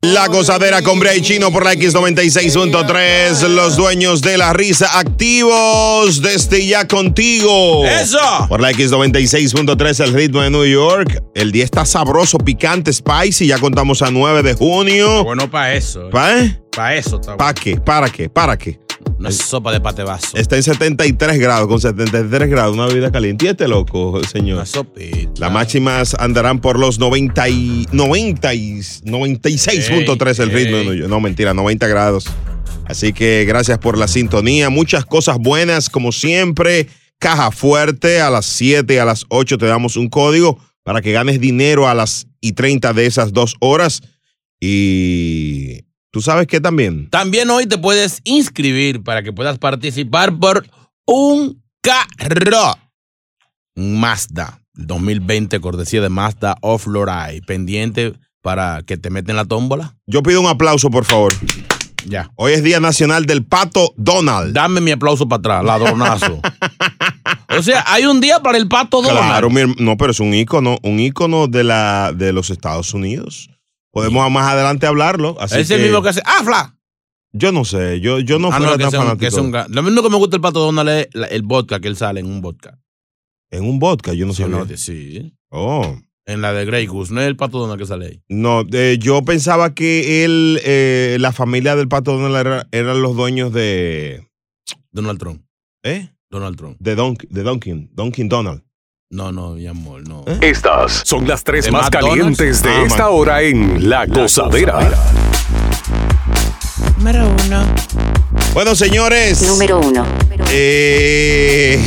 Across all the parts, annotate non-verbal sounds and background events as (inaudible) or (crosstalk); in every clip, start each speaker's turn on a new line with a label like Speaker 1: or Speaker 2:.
Speaker 1: La gozadera con Brea y Chino por la X96.3. Los dueños de la risa activos desde ya contigo.
Speaker 2: ¡Eso!
Speaker 1: Por la X96.3, el ritmo de New York. El día está sabroso, picante, spicy. Ya contamos a 9 de junio.
Speaker 2: Bueno, para eso.
Speaker 1: ¿Para eh?
Speaker 2: Para eso está
Speaker 1: ¿Para qué? ¿Para qué? ¿Para qué?
Speaker 2: Una sopa de patebazo.
Speaker 1: Está en 73 grados, con 73 grados, una bebida caliente. Y este loco, señor.
Speaker 2: Una sopita.
Speaker 1: Las máximas andarán por los 90 y 90 y 96.3 el
Speaker 2: Ey,
Speaker 1: ritmo.
Speaker 2: ey.
Speaker 1: No, yo- No, mentira, 90 grados. Así que gracias por la sintonía. Muchas cosas buenas, como siempre. Caja fuerte a las 7, a las 8 te damos un código para que ganes dinero a las y 30 de esas dos horas. Y tú sabes que también.
Speaker 2: También hoy te puedes inscribir para que puedas participar por un carro. Un Mazda 2020, cortesía de Mazda of Lorai. Pendiente para que te meten la tómbola.
Speaker 1: Yo pido un aplauso, por favor.
Speaker 2: Ya.
Speaker 1: Hoy es Día Nacional del Pato Donald.
Speaker 2: Dame mi aplauso para atrás, ladronazo. o sea, hay un día para el pato Donald.
Speaker 1: Claro, mi herma- no, pero es un ícono, un ícono de, la, de los Estados Unidos. Podemos más adelante hablarlo. Así
Speaker 2: es el
Speaker 1: que-
Speaker 2: mismo que hace. "Ah, ¡Afla!
Speaker 1: Yo no sé, yo, yo no
Speaker 2: Ah,
Speaker 1: fuera
Speaker 2: no, que
Speaker 1: tan
Speaker 2: sea un- que
Speaker 1: fanático.
Speaker 2: sea un ga- Lo único que me gusta el pato Donald es la- el vodka que él sale en un vodka.
Speaker 1: En un vodka, yo no
Speaker 2: Sí,
Speaker 1: sé.
Speaker 2: no, sí.
Speaker 1: Oh.
Speaker 2: En la de Grey Goose, no es el pato Donald que sale ahí.
Speaker 1: No, eh, yo pensaba que él, eh, la familia del Pato Donald era- eran los dueños de.
Speaker 2: Donald Trump.
Speaker 1: ¿Eh?
Speaker 2: Donald Trump.
Speaker 1: De, Don, de Dunkin, Dunkin' Donald.
Speaker 2: No, no, mi amor, no.
Speaker 1: ¿Eh?
Speaker 3: Estas son las tres
Speaker 2: ¿De
Speaker 3: más
Speaker 2: McDonald's?
Speaker 3: calientes de
Speaker 1: Ah,
Speaker 3: esta hora en La Gozadera.
Speaker 2: Número uno.
Speaker 1: Bueno, señores.
Speaker 4: Número uno.
Speaker 1: Eh,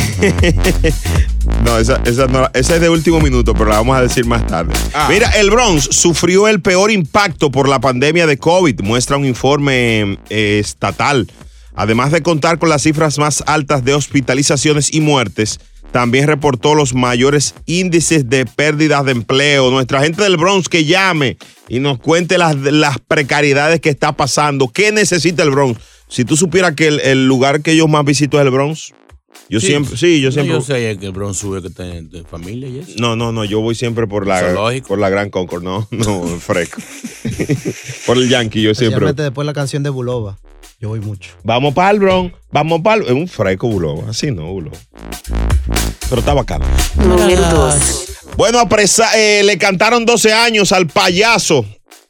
Speaker 1: (laughs) no, esa, esa no- esa es de último minuto, pero la vamos a decir más tarde.
Speaker 2: Ah.
Speaker 1: Mira, el Bronx sufrió el peor impacto por la pandemia de COVID, muestra un informe eh, estatal. Además de contar con las cifras más altas de hospitalizaciones y muertes, también reportó los mayores índices de pérdidas de empleo. Nuestra gente del Bronx que llame y nos cuente las, las precariedades que está pasando. ¿Qué necesita el Bronx? Si tú supieras que el, el lugar que yo más visito es el Bronx, yo siempre, sí, yo siempre.
Speaker 2: yo sé que el Bronx sube que está en tu familia y eso.
Speaker 1: No, no, no, yo voy siempre por la,
Speaker 2: Zoológico.
Speaker 1: por la Gran Concord, no, (laughs) no, fresco. por el Yankee, yo siempre.
Speaker 5: Especialmente después la canción de Buloba. Yo voy mucho.
Speaker 1: Vamos para el Bronx, vamos para el. Es un fresco, bulo, así no, bulo. Pero está bacano.
Speaker 4: Número dos.
Speaker 1: Bueno, apresa- eh, le cantaron 12 años al payaso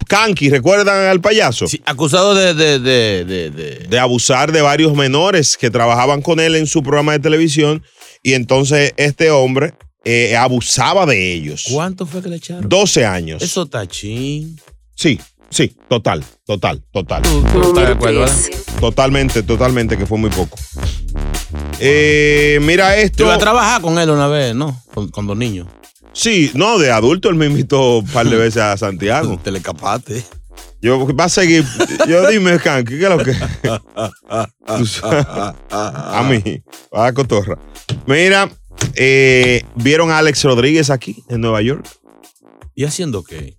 Speaker 1: Kanki, ¿recuerdan al payaso?
Speaker 2: Sí, acusado de, de, de, de, de-
Speaker 1: de abusar de varios menores que trabajaban con él en su programa de televisión y entonces este hombre eh, abusaba de ellos.
Speaker 2: ¿Cuánto fue que le echaron?
Speaker 1: 12 años.
Speaker 2: Eso está chin.
Speaker 1: Sí, sí, total, total, total.
Speaker 2: Tú, tú estás de
Speaker 4: Número
Speaker 2: acuerdo, ¿verdad?
Speaker 4: tres.
Speaker 1: Totalmente, totalmente, que fue muy poco. Eh, mira
Speaker 2: Yo
Speaker 1: esto.
Speaker 2: iba a trabajar con él una vez, ¿no? Con, con dos niños.
Speaker 1: Sí, no, de adulto él me invitó un par de veces a Santiago.
Speaker 2: Te le escapaste.
Speaker 1: Yo va a seguir. Yo dime, Kanki, ¿qué es lo que? Tú sabes. a mí, a la cotorra. Mira, eh, ¿vieron a Alex Rodríguez aquí en Nueva York?
Speaker 2: ¿Y haciendo qué?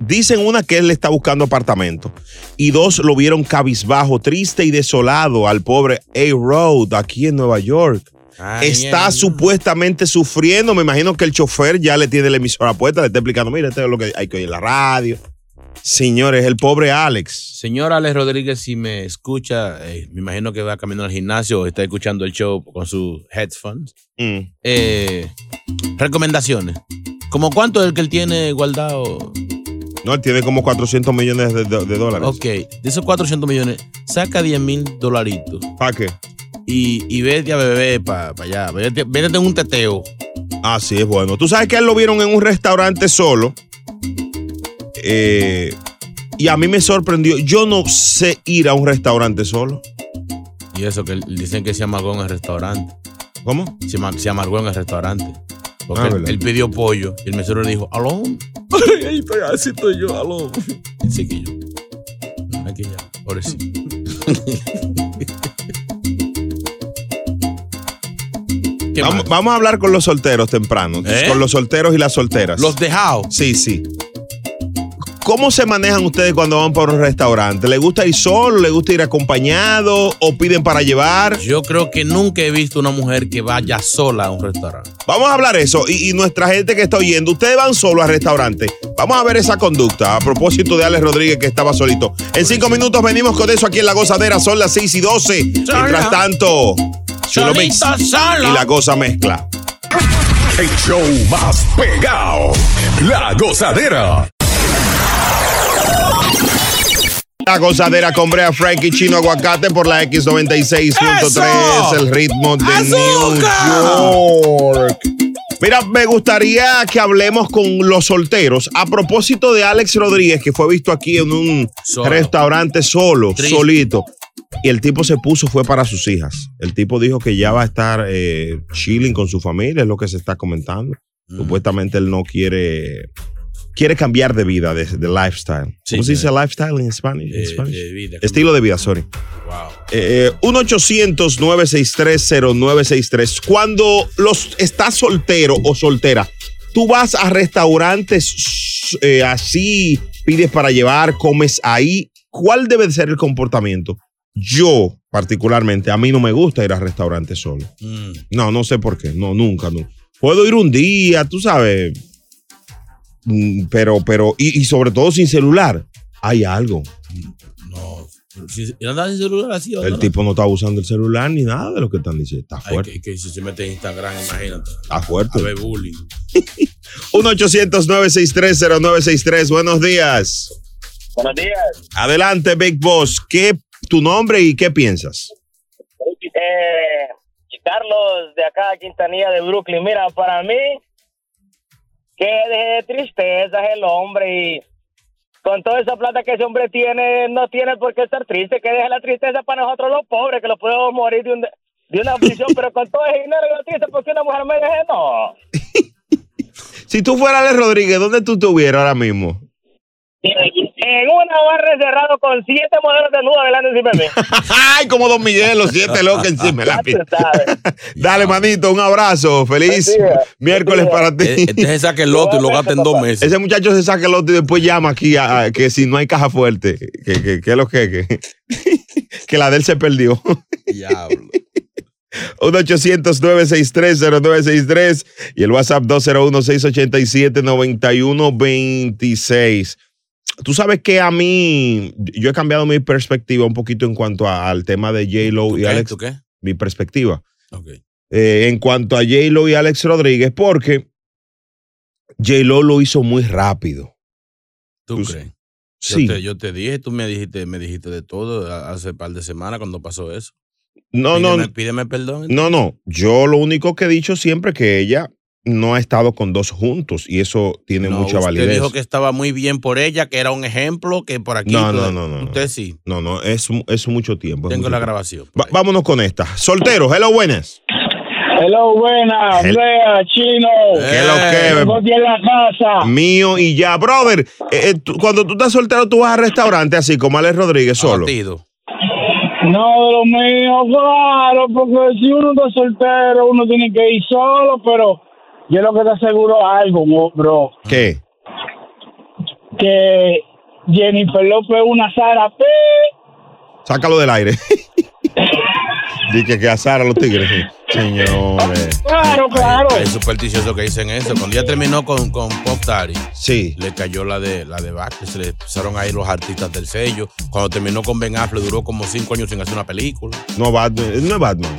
Speaker 1: Dicen una que él le está buscando apartamento y dos lo vieron cabizbajo, triste y desolado al pobre A-Road aquí en Nueva York.
Speaker 2: Ay,
Speaker 1: Está
Speaker 2: mierda.
Speaker 1: supuestamente sufriendo. Me imagino que el chofer ya le tiene la emisora puesta, le está explicando, mira, esto es lo que hay que oír en la radio. Señores, el pobre Alex.
Speaker 2: Señor Alex Rodríguez, si me escucha, eh, me imagino que va caminando al gimnasio o está escuchando el show con sus headphones.
Speaker 1: Mm.
Speaker 2: Eh, recomendaciones. ¿Como cuánto es el que él tiene guardado?
Speaker 1: No, él tiene como 400 millones de, do- de dólares.
Speaker 2: Ok, de esos 400 millones, saca 10 mil dolaritos
Speaker 1: ¿Para qué?
Speaker 2: y, y vete a beber para allá. Vete, vete en un teteo.
Speaker 1: Ah, sí, es bueno. Tú sabes que él lo vieron en un restaurante solo. Eh, y a mí me sorprendió. Yo no sé ir a un restaurante solo.
Speaker 2: Y eso que dicen que se amargó en el restaurante.
Speaker 1: ¿Cómo?
Speaker 2: Se, ama- se amargó en el restaurante. Porque
Speaker 1: Ah,
Speaker 2: él,
Speaker 1: ¿verdad?
Speaker 2: él pidió pollo y el mesero le dijo, aló.
Speaker 1: (laughs)
Speaker 2: Ahí estoy, así estoy yo, aló. Así que yo. Aquí ya, ahora sí. (laughs) ¿Qué
Speaker 1: Vamos,
Speaker 2: más?
Speaker 1: vamos a hablar con los solteros temprano.
Speaker 2: ¿Eh?
Speaker 1: Con los solteros y las solteras.
Speaker 2: Los dejados.
Speaker 1: Sí, sí. ¿Cómo se manejan ustedes cuando van para un restaurante? ¿Le gusta ir solo? ¿Le gusta ir acompañado? ¿O piden para llevar?
Speaker 2: Yo creo que nunca he visto una mujer que vaya sola a un restaurante.
Speaker 1: Vamos a hablar eso. Y, y nuestra gente que está oyendo, ustedes van solo al restaurante. Vamos a ver esa conducta. A propósito de Alex Rodríguez, que estaba solito. En cinco minutos venimos con eso aquí en La Gozadera. Son las 6 y 12. Mientras tanto, Chulo Mix
Speaker 2: Solito, solo.
Speaker 1: y La Goza Mezcla.
Speaker 3: El show más pegado. La gozadera.
Speaker 1: La gozadera con Brea Frankie Chino Aguacate por la X96.3,
Speaker 2: ¡Eso!
Speaker 1: el ritmo de
Speaker 2: ¡Azúcar!
Speaker 1: New York. Mira, me gustaría que hablemos con los solteros. A propósito de Alex Rodríguez, que fue visto aquí en un
Speaker 2: Solo.
Speaker 1: restaurante solo,
Speaker 2: Triste.
Speaker 1: solito. Y el tipo se puso, fue para sus hijas. El tipo dijo que ya va a estar eh, chilling con su familia, es lo que se está comentando.
Speaker 2: Mm.
Speaker 1: Supuestamente él no quiere quiere cambiar de vida, de, de lifestyle.
Speaker 2: Sí,
Speaker 1: ¿Cómo se
Speaker 2: sí.
Speaker 1: dice lifestyle en Spanish?
Speaker 2: De-
Speaker 1: en Spanish?
Speaker 2: de Eh, vida.
Speaker 1: Estilo de vida, sorry.
Speaker 2: Wow.
Speaker 1: Eh, 1-800-963-0963. Cuando los, estás soltero o soltera, tú vas a restaurantes eh, así, pides para llevar, comes ahí. ¿Cuál debe de ser el comportamiento? Yo, particularmente, a mí no me gusta ir a restaurantes solo.
Speaker 2: Mm.
Speaker 1: No, no sé por qué. No, nunca, no. Puedo ir un día, tú sabes. Mm, Pero, pero, y, y sobre todo sin celular. Hay algo.
Speaker 2: No. Si, si andas sin celular así o
Speaker 1: El
Speaker 2: no?
Speaker 1: tipo no está usando el celular ni nada de lo que están diciendo. Está
Speaker 2: Ay,
Speaker 1: fuerte.
Speaker 2: que, que si se mete en Instagram, imagínate.
Speaker 1: Está
Speaker 2: A
Speaker 1: fuerte.
Speaker 2: ver, bullying.
Speaker 1: 1-800-963-0963. Buenos días.
Speaker 4: Buenos días.
Speaker 1: Adelante, Big Boss. ¿Qué tu nombre y qué piensas?
Speaker 4: Eh, Carlos, de acá, Quintanilla, de Brooklyn. Mira, para mí, que deje de tristeza el hombre y con toda esa plata que ese hombre tiene, no tiene por qué estar triste. Que deje la tristeza para nosotros los pobres, que los podemos morir de, un, de una aflicción, pero con todo ese dinero yo triste, ¿por qué una mujer me deje? No.
Speaker 1: Si tú fueras Alex Rodríguez, ¿dónde tú estuvieras ahora mismo? (laughs)
Speaker 4: En una barra encerrado con siete modelos de nudo bailando encima de mí.
Speaker 1: Ay, como Don Miguel, los siete locos encima de la
Speaker 4: Ya tú
Speaker 1: pista.
Speaker 4: sabes.
Speaker 1: Dale, manito, un abrazo. Feliz
Speaker 4: Buen día.
Speaker 1: miércoles
Speaker 4: Buen día.
Speaker 1: para
Speaker 2: Eh,
Speaker 1: ti.
Speaker 2: Entonces saque el loto y lo gasta en dos meses.
Speaker 1: Ese muchacho se saca el otro y después llama aquí a, a- que si no hay caja fuerte, que, que, que lo que, que, (laughs) que la de él se perdió. (laughs)
Speaker 2: Diablo.
Speaker 1: 1-800-963-0963 y el WhatsApp 201-687-9126. Tú sabes que a mí, yo he cambiado mi perspectiva un poquito en cuanto a- al tema de J-Lo y
Speaker 2: ¿Qué?
Speaker 1: Alex.
Speaker 2: ¿Tú qué?
Speaker 1: Mi perspectiva
Speaker 2: Ok.
Speaker 1: eh, en cuanto a J-Lo y Alex Rodríguez, porque J-Lo lo hizo muy rápido.
Speaker 2: ¿Tú
Speaker 1: Pues,
Speaker 2: crees?
Speaker 1: Sí.
Speaker 2: Yo te, yo te dije, tú me dijiste, me dijiste de todo a- hace par de semanas cuando pasó eso.
Speaker 1: No, no,
Speaker 2: pídeme, Pídeme perdón.
Speaker 1: no, no. Yo lo único que he dicho siempre es que ella no ha estado con dos juntos y eso tiene
Speaker 2: No,
Speaker 1: mucha
Speaker 2: usted
Speaker 1: validez.
Speaker 2: dijo que estaba muy bien por ella, que era un ejemplo, que por aquí.
Speaker 1: No,
Speaker 2: tú-
Speaker 1: no, no, no, no.
Speaker 2: Usted sí.
Speaker 1: No, no, es, mu- es mucho tiempo. es
Speaker 2: Tengo
Speaker 1: mucho
Speaker 2: la
Speaker 1: tiempo.
Speaker 2: grabación.
Speaker 1: Va- vámonos con esta. Soltero, hello, buenas.
Speaker 4: Hello, buena,
Speaker 1: Hel-
Speaker 4: Andrea, Chino.
Speaker 1: ¿Qué lo que?
Speaker 4: Tengo en la
Speaker 2: Eh.
Speaker 4: casa.
Speaker 1: Mío y ya. Brother, eh, eh, tú- cuando tú estás soltero, tú vas al restaurante así como Alex Rodríguez solo.
Speaker 2: Abatido.
Speaker 4: No, de lo mío, claro, porque si uno está soltero, uno tiene que ir solo, pero yo lo que te aseguro algo, mo- bro,
Speaker 1: ¿Qué?
Speaker 4: que Jennifer López es una Sara P.
Speaker 1: Sácalo del aire. (laughs) Dice que azar a los tigres. Señores.
Speaker 4: Claro, claro.
Speaker 2: Hay supersticiosos que dicen eso. Cuando ya terminó con, con Pop Daddy,
Speaker 1: Sí.
Speaker 2: le cayó la de la de Bach, se le empezaron a ir los artistas del sello. Cuando terminó con Ben Affleck, duró como cinco años sin hacer una película.
Speaker 1: No Batman. No es Batman.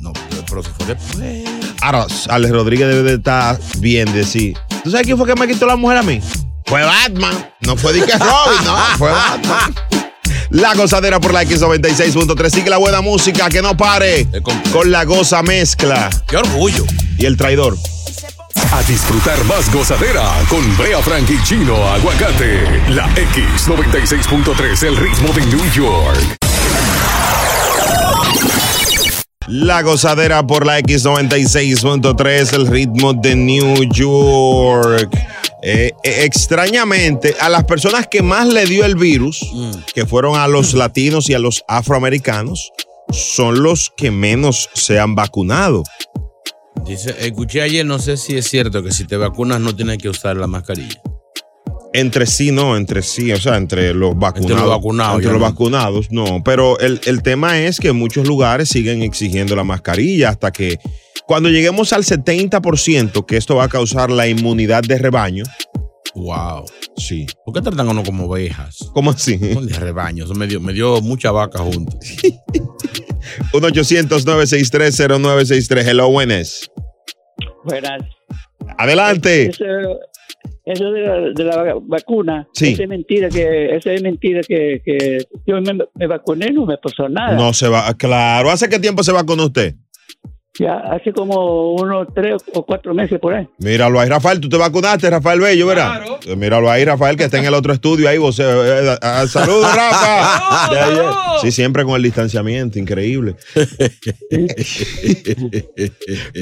Speaker 2: No, pero se fue
Speaker 1: eh,
Speaker 2: después.
Speaker 1: Ahora, Alex Rodríguez debe de estar bien de sí. ¿Tú sabes quién fue que me quitó la mujer a mí? Fue Batman. No fue Dick Robin, no. Fue Batman. La gozadera por la X96.3. Sigue la buena música, que no pare.
Speaker 2: Es completo.
Speaker 1: Con la goza mezcla
Speaker 2: ¡Qué orgullo!
Speaker 1: y el traidor.
Speaker 3: A disfrutar más gozadera con Brea Frank y Chino Aguacate. La X96.3, el ritmo de New York.
Speaker 1: La gozadera por la X96.3, el ritmo de New York. Eh, eh, extrañamente, a las personas que más le dio el virus, que fueron a los latinos y a los afroamericanos, son los que menos se han vacunado.
Speaker 2: Dice, escuché ayer, no sé si es cierto que si te vacunas no tienes que usar la mascarilla.
Speaker 1: Entre sí, no, entre sí, o sea, entre los vacunados.
Speaker 2: vacunados,
Speaker 1: entre
Speaker 2: ya
Speaker 1: los
Speaker 2: no.
Speaker 1: vacunados, no. Pero el, el tema es que en muchos lugares siguen exigiendo la mascarilla hasta que cuando lleguemos al 70%, que esto va a causar la inmunidad de rebaño.
Speaker 2: Wow.
Speaker 1: Sí.
Speaker 2: ¿Por qué tratan a uno como ovejas?
Speaker 1: ¿Cómo (laughs) así?
Speaker 2: Son de rebaño. Eso me dio, me dio mucha vaca junto.
Speaker 1: 1-800-963-0963. Hello, buenas.
Speaker 6: Buenas.
Speaker 1: Adelante.
Speaker 6: Eso, eso de, la, de la vacuna,
Speaker 1: Sí.
Speaker 6: eso es mentira, que, eso es mentira que, que yo me, me vacuné no me pasó nada.
Speaker 1: No se va. Claro. ¿Hace qué tiempo se va con usted?
Speaker 6: Ya hace como unos tres o cuatro meses por ahí.
Speaker 1: Míralo ahí, Rafael. Tú te vacunaste, Rafael Bello, ¿verdad? Eh, Míralo ahí, Rafael, que está en el otro estudio ahí. Vos, eh, eh, ah, saludos, Rafa. Ya, ya. Sí, siempre con el distanciamiento, increíble.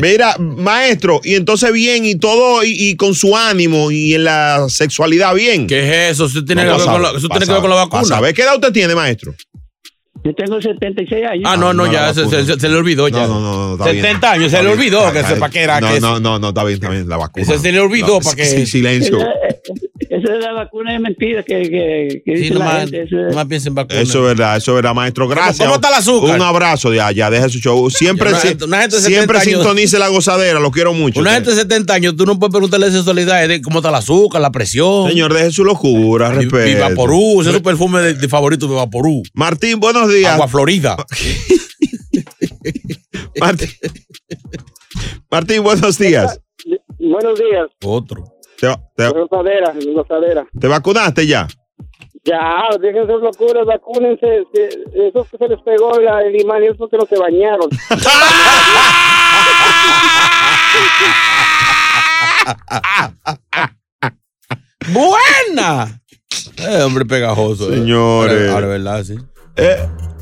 Speaker 1: Mira, maestro, y entonces bien, y todo, y, y con su ánimo, y en la sexualidad bien.
Speaker 2: ¿Qué es eso? Eso tiene,
Speaker 1: No,
Speaker 2: que, ver
Speaker 1: pasa-
Speaker 2: con la, eso tiene
Speaker 1: pasa-
Speaker 2: que ver con la
Speaker 1: pasa.
Speaker 2: vacuna.
Speaker 1: A ver, ¿qué edad usted tiene, maestro?
Speaker 6: Yo tengo 76 años.
Speaker 2: Ah, no, no,
Speaker 1: No, la
Speaker 2: ya se,
Speaker 1: vacuna.
Speaker 2: se- se le olvidó ya.
Speaker 1: No, no, no, no, está
Speaker 2: 70 años,
Speaker 1: bien.
Speaker 2: se
Speaker 1: Está
Speaker 2: le
Speaker 1: bien,
Speaker 2: olvidó
Speaker 1: está-
Speaker 2: que
Speaker 1: está
Speaker 2: sepa
Speaker 1: bien.
Speaker 2: que era.
Speaker 1: No,
Speaker 2: que
Speaker 1: no, no, no, está bien, está bien, la vacuna.
Speaker 2: Ese se le olvidó
Speaker 1: No,
Speaker 2: para
Speaker 1: sí,
Speaker 2: que-
Speaker 1: sí, silencio.
Speaker 6: (laughs) Eso de la vacuna es mentira que, que, que
Speaker 2: Sí,
Speaker 6: dice
Speaker 2: no
Speaker 6: la
Speaker 2: más,
Speaker 6: gente. Eso es-
Speaker 2: no más piensa en vacuna.
Speaker 1: Eso es verdad, eso es verdad, maestro. Gracias.
Speaker 2: ¿Cómo está el azúcar?
Speaker 1: Un abrazo de allá, deje su show. Siempre,
Speaker 2: Una
Speaker 1: si-
Speaker 2: gente- una gente de
Speaker 1: siempre
Speaker 2: 70 años.
Speaker 1: sintonice la gozadera, lo quiero mucho.
Speaker 2: Una gente de 70 años, tú no puedes preguntarle sexualidad, es de cómo está el azúcar, la presión.
Speaker 1: Señor, deje su locura,
Speaker 2: Vi-
Speaker 1: respeto.
Speaker 2: Vivaporú, ese es su perfume de, de favorito de Vaporú.
Speaker 1: Martín, buenos días.
Speaker 2: Agua Florida.
Speaker 1: Martín. (laughs) Martín, buenos días.
Speaker 7: Buenos días,
Speaker 2: Otro.
Speaker 1: ¿Te, te-
Speaker 7: gozadera, gozadera.
Speaker 1: te vacunaste ya?
Speaker 7: Ya, dejen sus locuras, vacúnense. se- Esos que se les pegó la- el imán y esos que no se bañaron.
Speaker 2: ¡Buena! Eh, hombre pegajoso. eh.
Speaker 1: Señores.
Speaker 2: Ahora, ahora, verdad, sí.
Speaker 1: Eh,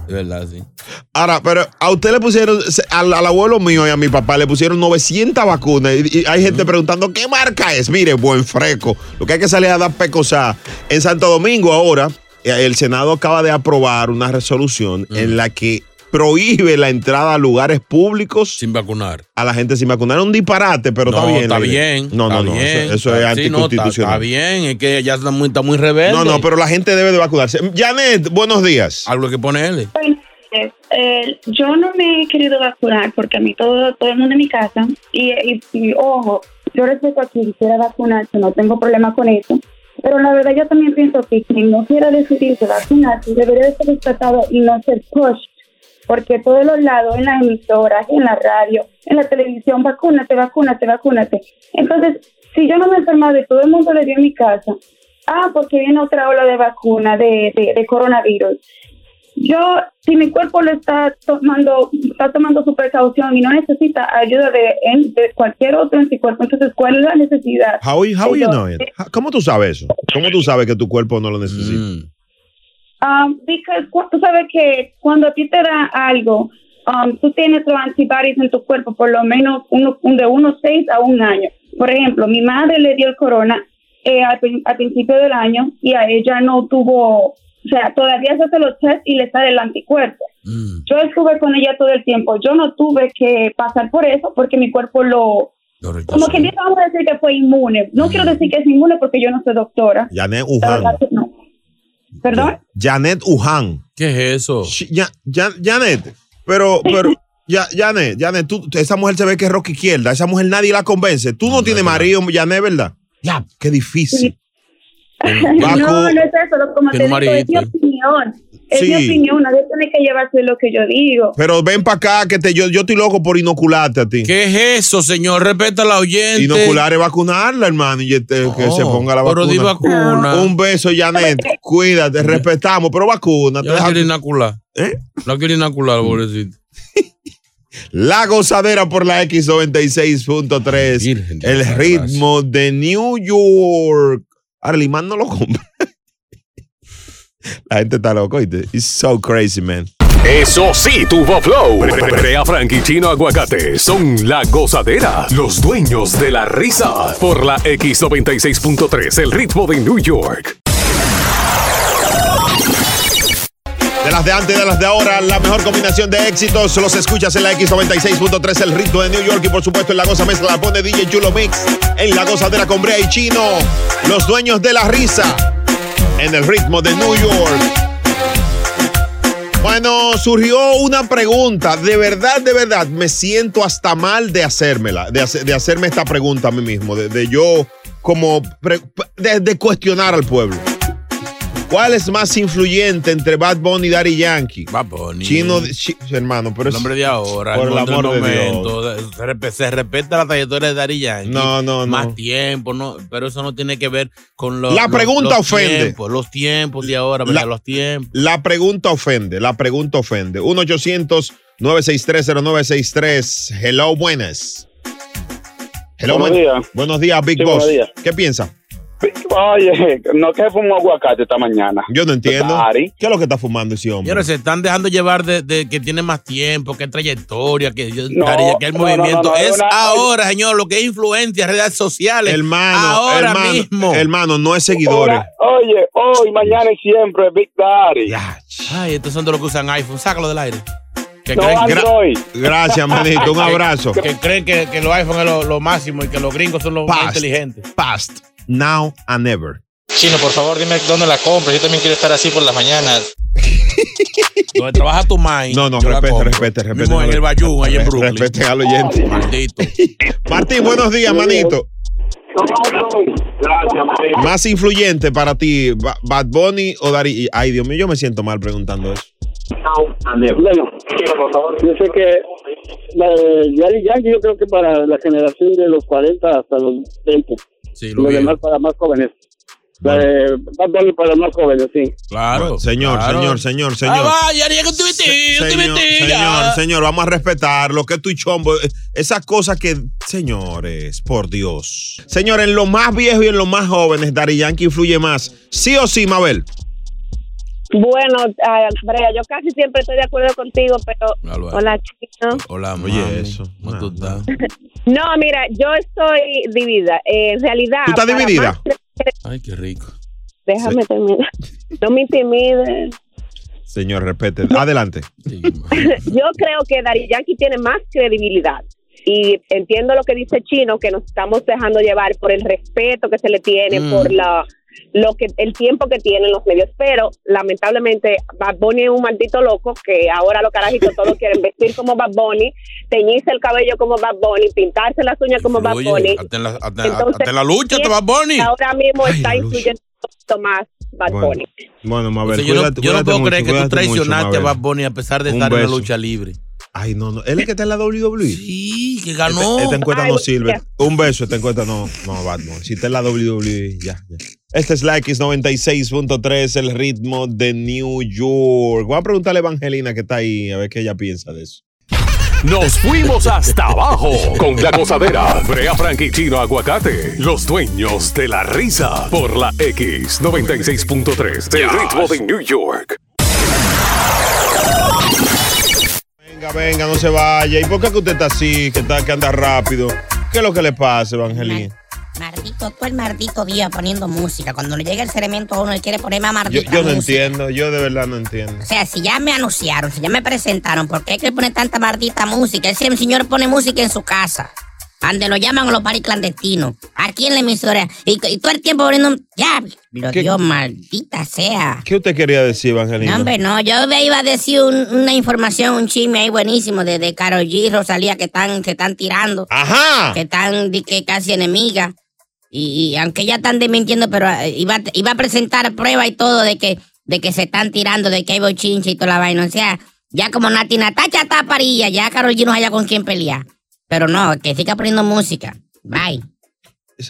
Speaker 2: De verdad, sí.
Speaker 1: ahora, pero a usted le pusieron, se- al, al abuelo mío y a mi papá le pusieron 900 vacunas y, y hay gente preguntando qué marca es. Mire, buen freco. Lo que hay que salir a dar pecosá. En Santo Domingo ahora, eh, el Senado acaba de aprobar una resolución
Speaker 2: Mm.
Speaker 1: en la que prohíbe la entrada a lugares públicos
Speaker 2: Sin vacunar.
Speaker 1: a la gente sin vacunar. Es un disparate, pero
Speaker 2: no,
Speaker 1: está bien.
Speaker 2: Está
Speaker 1: la idea.
Speaker 2: bien.
Speaker 1: No, no,
Speaker 2: está
Speaker 1: no.
Speaker 2: bien.
Speaker 1: Eso, eso es
Speaker 2: Sí, no, está-
Speaker 1: anticonstitucional.
Speaker 2: está bien, es que ya está muy, está muy rebelde.
Speaker 1: No, no, pero la gente debe de vacunarse. Janet, buenos días.
Speaker 2: Algo que ponerle.
Speaker 8: Bueno, eh, eh, yo no me he querido vacunar porque a mí todo, todo el mundo en mi casa, y, y- y, ojo, yo respeto a quien quiera vacunarse, no tengo problema con eso, pero la verdad yo también pienso que quien no quiera decidirse vacunarse debería de ser respetado y no ser pushed, porque todos los lados, en las emisoras, en la radio, en la televisión, vacúnate, vacúnate, vacúnate. Entonces, si yo no me he enfermado y todo el mundo le dio en mi casa, ah, porque viene otra ola de vacuna, de- de, de coronavirus yo si mi cuerpo lo está tomando está tomando su precaución y no necesita ayuda de, en- de cualquier otro en su cuerpo entonces cuál es la necesidad
Speaker 1: How, how you
Speaker 8: Pero-
Speaker 1: know it? ¿Cómo tú sabes eso? ¿Cómo tú sabes que tu cuerpo no lo necesita?
Speaker 2: Mm.
Speaker 8: Um, because cu- tú sabes que cuando a ti te da algo um, tú tienes los antibodies en tu cuerpo por lo menos uno, un- de unos seis a un año por ejemplo mi madre le dio el corona eh, al, prin- al principio del año y a ella no tuvo o sea todavía se hace los test y le sale el anticuerpo
Speaker 2: Mm.
Speaker 8: Yo estuve con ella todo el tiempo. Yo no tuve que pasar por eso porque mi cuerpo lo...
Speaker 2: Lo rechazó.
Speaker 8: Como que dice, vamos a decir que fue inmune. No quiero decir que es inmune porque yo no soy doctora.
Speaker 1: Janet
Speaker 8: La
Speaker 1: Uján.
Speaker 8: verdad que no. ¿Perdón?
Speaker 1: Janet Uján.
Speaker 2: ¿Qué es eso?
Speaker 1: Sh- Ya- Ya- Janet, pero, pero, ya, Janet, Janet, tú, esa mujer se ve que es rock izquierda. Esa mujer nadie la convence. Tú no,
Speaker 2: No,
Speaker 1: tienes
Speaker 2: no, no.
Speaker 1: marido, Janet, ¿verdad? Ya, qué difícil.
Speaker 8: No, (laughs)
Speaker 1: Baco-
Speaker 8: no es eso. lo- Como te
Speaker 2: Tiene
Speaker 8: digo, es mi
Speaker 2: marido.
Speaker 8: opinión. Es mi
Speaker 1: Sí.
Speaker 8: opinión. Nadie tiene que llevarse lo que yo digo.
Speaker 1: Pero ven para acá, que te, yo, yo estoy loco por inocularte a ti.
Speaker 2: ¿Qué es eso, señor? Respeta a la oyente.
Speaker 1: Inocular es vacunarla, hermano, y este- que
Speaker 2: No,
Speaker 1: se ponga la
Speaker 2: Oh, Pero di
Speaker 1: vacuna.
Speaker 2: vacuna.
Speaker 1: Un beso, Janet. Cuídate, respetamos, pero vacuna.
Speaker 2: Yo la quiero inocular.
Speaker 1: ¿Eh?
Speaker 2: La quiero inocular, pobrecito.
Speaker 1: La gozadera por la X96.3.
Speaker 2: Virgen de
Speaker 1: El
Speaker 2: la
Speaker 1: ritmo de New York. Ahora, el imán no lo compra. La gente está loca, ¿oíste? It's so crazy, man.
Speaker 3: Eso sí, tuvo flow. Brea Frank y Chino Aguacate son la gozadera, los dueños de la risa. Por la X96.3, el ritmo de New York.
Speaker 1: De las las de antes de las de ahora, la mejor combinación de éxitos. Los escuchas en la X96.3, el ritmo de New York y por supuesto en la Goza Mezcla la pone DJ Chulo Mix en la Gozadera con Brea y Chino. Los dueños de la risa en el ritmo de New York. Bueno, surgió una pregunta. De verdad, de verdad, me siento hasta mal de hacérmela, de, hace- de hacerme esta pregunta a mí mismo, de, de yo como pre- de- de cuestionar al pueblo. ¿Cuál es más influyente entre Bad Bunny y Daddy Yankee?
Speaker 2: Bad Bunny.
Speaker 1: Chino, de- chi- hermano, pero
Speaker 2: el
Speaker 1: es-
Speaker 2: hombre de ahora,
Speaker 1: Pues, Por el
Speaker 2: otro
Speaker 1: amor de
Speaker 2: momento, Se, respe- se respeta la trayectoria de Dari Yankee.
Speaker 1: No, no, no.
Speaker 2: Más tiempo, no, pero eso no tiene que ver con los.
Speaker 1: La
Speaker 2: los-
Speaker 1: pregunta
Speaker 2: los
Speaker 1: ofende.
Speaker 2: tiempos, los tiempos de ahora, ¿verdad? los tiempos.
Speaker 1: La pregunta ofende, la pregunta ofende. 1-800-963-0963. Hello, buenas.
Speaker 9: Buenos
Speaker 1: Hello, buen-
Speaker 9: días.
Speaker 1: Buenos días, Big
Speaker 9: Sí,
Speaker 1: Boss.
Speaker 9: buenos días.
Speaker 1: ¿Qué piensa?
Speaker 9: (laughs) Oye, no que fumo aguacate esta mañana.
Speaker 1: Yo no entiendo.
Speaker 9: Daddy.
Speaker 1: ¿Qué es lo que está fumando ese hombre?
Speaker 2: Señores, se están dejando llevar de, de que tiene más tiempo, que trayectoria, que,
Speaker 9: No,
Speaker 2: Daddy Yankee, el
Speaker 9: no,
Speaker 2: movimiento.
Speaker 9: no, no, no,
Speaker 2: es
Speaker 9: una-
Speaker 2: ahora, señor, lo que es influencia, redes sociales.
Speaker 1: Hermano,
Speaker 2: ahora
Speaker 1: hermano,
Speaker 2: mismo.
Speaker 1: hermano, no es seguidores.
Speaker 9: Hola, oye, hoy, mañana y siempre, Big Daddy.
Speaker 2: Ay, estos son de los que usan iPhone. Sácalo del aire. Que
Speaker 9: No,
Speaker 2: creen,
Speaker 1: gra-
Speaker 9: Android.
Speaker 1: Gracias,
Speaker 2: (laughs)
Speaker 1: manito. Un abrazo.
Speaker 2: que, creen que, que los iPhone es lo, lo máximo y que los gringos son los más
Speaker 1: Past.
Speaker 2: inteligentes.
Speaker 1: Past, now and ever.
Speaker 10: Chino, por favor, dime dónde la compro. Yo también quiero estar así por las mañanas.
Speaker 2: Donde trabaja tu mind.
Speaker 1: No, no,
Speaker 2: yo la
Speaker 1: respete,
Speaker 2: compro.
Speaker 1: respete, respete.
Speaker 2: Mismo en el Bayou, allá en Brooklyn.
Speaker 1: Respeten al oyente.
Speaker 2: Maldito.
Speaker 1: Martín, buenos días, manito.
Speaker 9: Gracias, María.
Speaker 1: Más influyente para ti, Ba- Bad Bunny o Dari. Ay, Dios mío, yo me siento mal preguntando eso.
Speaker 6: Bueno, yo sé que la de Daddy Yankee yo creo que para la generación de los 40 hasta los 20.
Speaker 2: Sí,
Speaker 6: Lo
Speaker 2: lo vi.
Speaker 6: demás para más jóvenes. La de Bad Bunny para más jóvenes, sí.
Speaker 2: Claro.
Speaker 1: Bueno, señor,
Speaker 2: claro.
Speaker 1: señor, señor, señor.
Speaker 2: Ah, vaya, ya que tú viste, tú
Speaker 1: señor,
Speaker 2: viste,
Speaker 1: señor,
Speaker 2: ya.
Speaker 1: señor, vamos a respetar lo que tú y chombo. eh, Esas cosas que, señores, por Dios. Señor, en los más viejos y en los más jóvenes, Dari Yankee influye más. Sí o sí, Mabel.
Speaker 11: Bueno, ah, Brea, yo casi siempre estoy de acuerdo contigo, pero...
Speaker 2: Hola,
Speaker 11: Hola, chino.
Speaker 2: Hola, mami.
Speaker 1: Oye, eso.
Speaker 2: ¿Cómo tú
Speaker 1: Nah,
Speaker 2: estás?
Speaker 11: No, mira, yo estoy dividida. Eh, en realidad...
Speaker 1: ¿Tú estás
Speaker 11: para
Speaker 1: dividida?
Speaker 11: más-
Speaker 2: Ay, qué rico.
Speaker 11: déjame terminar. No me intimides.
Speaker 1: Señor, respete. Adelante.
Speaker 11: (laughs)
Speaker 2: Sí, ma.
Speaker 11: Yo creo que Dari Yankee tiene más credibilidad. Y entiendo lo que dice Chino, que nos estamos dejando llevar por el respeto que se le tiene,
Speaker 2: Mm.
Speaker 11: por la lo que el tiempo que tienen los medios, pero lamentablemente Bad Bunny es un maldito loco que ahora los carajitos todos quieren vestir como Bad Bunny, teñirse el cabello como Bad Bunny, pintarse las uñas como Bad
Speaker 2: Influye.
Speaker 11: Bunny.
Speaker 2: Hasta en la, hasta-
Speaker 11: Entonces,
Speaker 2: hasta en la lucha, te va Bonnie.
Speaker 11: Ahora mismo
Speaker 2: Ay,
Speaker 11: está
Speaker 2: la luz.
Speaker 11: influyendo un poquito más Bad
Speaker 1: Bueno.
Speaker 11: Bunny.
Speaker 1: Bueno, Mabel,
Speaker 2: yo,
Speaker 1: cuídate-
Speaker 2: no, yo no
Speaker 1: cuídate
Speaker 2: puedo
Speaker 1: mucho,
Speaker 2: creer que tú
Speaker 1: cuídate mucho,
Speaker 2: traicionaste
Speaker 1: Mabel.
Speaker 2: a Bad Bunny a pesar de
Speaker 1: Un
Speaker 2: estar en
Speaker 1: beso.
Speaker 2: la lucha libre.
Speaker 1: Ay, no, no. Él es que está en la WWE.
Speaker 2: Sí, que
Speaker 1: Este-
Speaker 2: ganó.
Speaker 1: Esta encuesta
Speaker 11: Ay,
Speaker 1: no
Speaker 11: voy-
Speaker 1: sirve.
Speaker 11: ya.
Speaker 1: Un beso, esta encuesta no. No, Bad Bunny. Si está en la WWE, ya. ya. Esta es la X96.3, el ritmo de New York. Voy a preguntarle a Evangelina que está ahí, a ver qué ella piensa de eso.
Speaker 3: Nos fuimos hasta abajo con la gozadera. Brea Frank y Chino Aguacate, los dueños de la risa por la X96.3 del ritmo de New York.
Speaker 1: Venga, venga, no se vaya. ¿Y por qué que usted está así, que, está, que anda rápido? ¿Qué es lo que le pasa, Evangelina?
Speaker 12: Mardito, todo el mardito día poniendo música. Cuando le llega el cemento a uno, él quiere poner más
Speaker 1: Yo,
Speaker 12: mardita
Speaker 1: yo no
Speaker 12: música.
Speaker 1: entiendo, yo de verdad no entiendo.
Speaker 12: O sea, si ya me anunciaron, si ya me presentaron, ¿por qué hay que poner tanta mardita música? Ese señor pone música en su casa. Ande lo llaman a los paris clandestinos. Aquí en la emisora. Y, y todo el tiempo poniendo. Ya, pero
Speaker 1: ¿Qué-
Speaker 12: Dios, maldita sea.
Speaker 1: ¿Qué usted quería decir,
Speaker 12: No,
Speaker 1: Evangelina?
Speaker 12: hombre, no, yo me iba a decir un- una información, un chisme ahí buenísimo de, de Karol G y Rosalía que están, se están tirando,
Speaker 1: ¡Ajá!
Speaker 12: que están di que casi enemigas. Y, y aunque ya están desmintiendo, pero eh, iba, a- iba a presentar pruebas y todo de que, de que se están tirando, de que hay bochinche y toda la vaina. O sea, ya como Nati Natacha está parilla, ya Karol G no haya con quién pelear. Pero no, que siga poniendo música. Bye.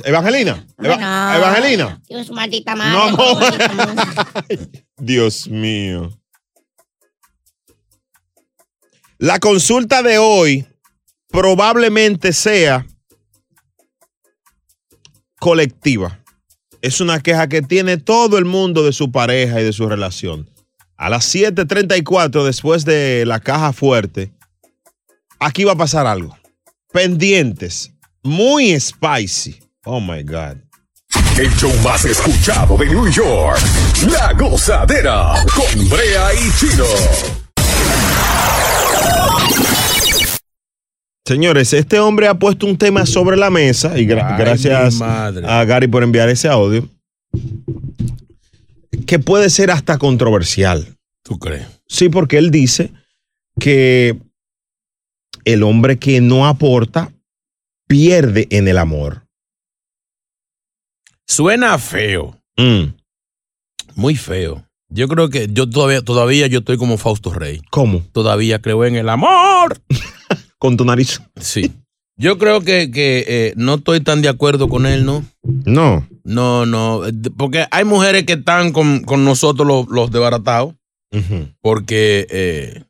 Speaker 1: Evangelina, Eva-
Speaker 12: Bueno.
Speaker 1: Evangelina.
Speaker 12: Dios, maldita
Speaker 1: No,
Speaker 12: madre.
Speaker 1: no.
Speaker 12: maldita música.
Speaker 1: Dios mío. La consulta de hoy probablemente sea colectiva. Es una queja que tiene todo el mundo de su pareja y de su relación. A las 7:34, después de la caja fuerte, aquí va a pasar algo. Pendientes, muy spicy. Oh my God.
Speaker 3: El show más escuchado de New York. La gozadera con Brea y Chino.
Speaker 1: Señores, este hombre ha puesto un tema sobre la mesa y gra-
Speaker 2: Ay, mi
Speaker 1: gracias
Speaker 2: madre.
Speaker 1: a Gary por enviar ese audio que puede ser hasta controversial.
Speaker 2: ¿Tú crees?
Speaker 1: Sí, porque él dice que el hombre que no aporta pierde en el amor.
Speaker 2: Suena feo.
Speaker 1: Mm.
Speaker 2: Muy feo. Yo creo que yo todavía, todavía yo estoy como Fausto Rey.
Speaker 1: ¿Cómo?
Speaker 2: Todavía creo en el amor.
Speaker 1: Con tu nariz.
Speaker 2: Sí. Yo creo que, que, eh, no estoy tan de acuerdo con él, ¿no?
Speaker 1: No.
Speaker 2: No, no. eh, d- Porque hay mujeres que están con, con nosotros los, los desbaratados porque eh,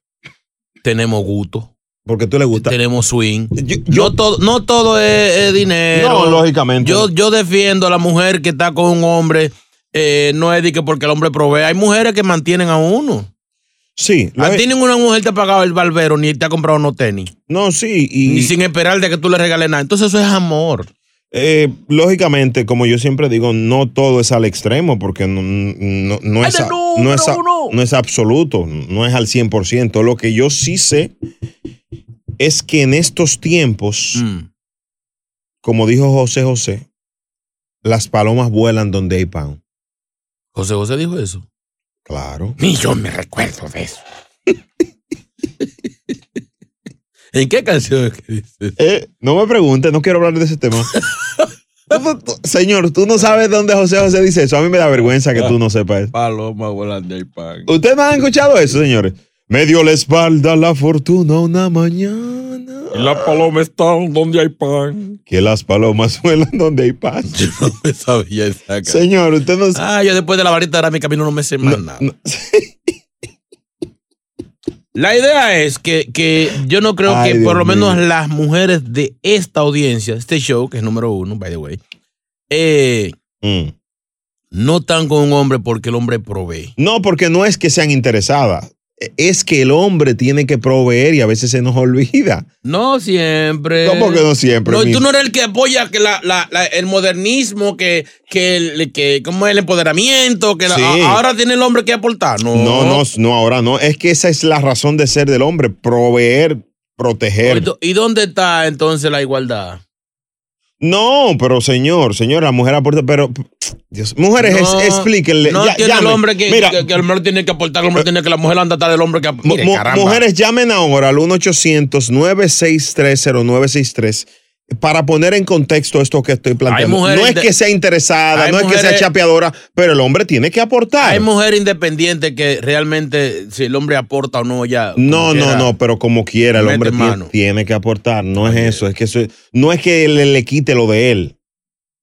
Speaker 2: tenemos gusto.
Speaker 1: Porque tú le gusta.
Speaker 2: Tenemos swing. no, todo, no todo es, es dinero.
Speaker 1: No, lógicamente.
Speaker 2: Yo, yo defiendo a la mujer que está con un hombre. eh, no es de que porque el hombre provee. Hay mujeres que mantienen a uno.
Speaker 1: Sí.
Speaker 2: A ti ninguna mujer te ha pagado el barbero ni te ha comprado unos tenis.
Speaker 1: No, sí. Y,
Speaker 2: ni sin esperar de que tú le regales nada. Entonces eso es amor.
Speaker 1: Eh, lógicamente, como yo siempre digo, no todo es al extremo, porque no, no- no es, a- no, es a- no es absoluto, no es al 100%. Lo que yo sí sé es que en estos tiempos,
Speaker 2: Mm.
Speaker 1: como dijo José José, las palomas vuelan donde hay pan.
Speaker 2: José José dijo eso.
Speaker 1: Claro.
Speaker 2: Ni yo me recuerdo de eso. (laughs) ¿En qué canción es que dices?
Speaker 1: Eh, no me preguntes, no quiero hablar de ese tema. Tú- tú- Señor, tú no sabes dónde José José dice eso. A mí me da vergüenza que tú no sepas eso.
Speaker 2: Paloma volando y pan.
Speaker 1: ¿Ustedes no han escuchado eso, señores? Me dio la espalda la fortuna una mañana.
Speaker 2: La paloma está donde hay pan.
Speaker 1: Que las palomas (laughs) vuelan donde hay pan.
Speaker 2: Yo (laughs) no me sabía esa canción.
Speaker 1: Señor, usted no
Speaker 2: (laughs) Ah, yo después de la varita era mi camino no me sé más nada. (laughs) La idea es que, que yo no creo
Speaker 10: Ay,
Speaker 2: que
Speaker 10: Dios
Speaker 2: por lo menos
Speaker 10: mío.
Speaker 2: las mujeres de esta audiencia, este show, que es número uno, by the way, eh,
Speaker 1: Mm.
Speaker 2: no están con un hombre porque el hombre provee.
Speaker 1: No, porque no es que sean interesadas. E-, Es que el hombre tiene que proveer y a veces se nos olvida.
Speaker 2: No siempre.
Speaker 1: No, porque no siempre,
Speaker 2: Eh, No, y
Speaker 1: mijo.
Speaker 2: tú no eres el que apoya que la, la- la- el modernismo, que, que, el, que ¿cómo es? el empoderamiento, que la-
Speaker 1: Sí.
Speaker 2: a- ahora tiene el hombre que aportar. No,
Speaker 1: No, no, no, ahora no. Es que esa es la razón de ser del hombre, proveer, proteger.
Speaker 2: ¿Y dónde está entonces la igualdad?
Speaker 1: No, pero señor, señor, la mujer aporta, pero Dios, mujeres,
Speaker 2: No,
Speaker 1: es- explíquenle.
Speaker 2: No
Speaker 1: ya-
Speaker 2: tiene el
Speaker 1: llamen.
Speaker 2: hombre que,
Speaker 1: Mira, Eh,
Speaker 2: que- que el hombre tiene que aportar, el hombre tiene que la mujer anda atrás del hombre que
Speaker 1: Mu-
Speaker 2: aporta.
Speaker 1: mu- Mujeres, llamen ahora al 1-800-963-0963 para poner en contexto esto que estoy planteando.
Speaker 2: Hay mujeres
Speaker 1: no es
Speaker 2: de-
Speaker 1: que sea interesada,
Speaker 2: Hay
Speaker 1: no es que sea
Speaker 2: mujeres-
Speaker 1: chapeadora, pero el hombre tiene que aportar.
Speaker 2: Hay mujeres independientes que realmente, si el hombre aporta o no, ya.
Speaker 1: No,
Speaker 2: como
Speaker 1: no,
Speaker 2: quiera.
Speaker 1: no, pero como quiera, el
Speaker 2: mete
Speaker 1: hombre tiene,
Speaker 2: mano.
Speaker 1: tiene que aportar. No es eso, es que eso, no es que le, le quite lo de él.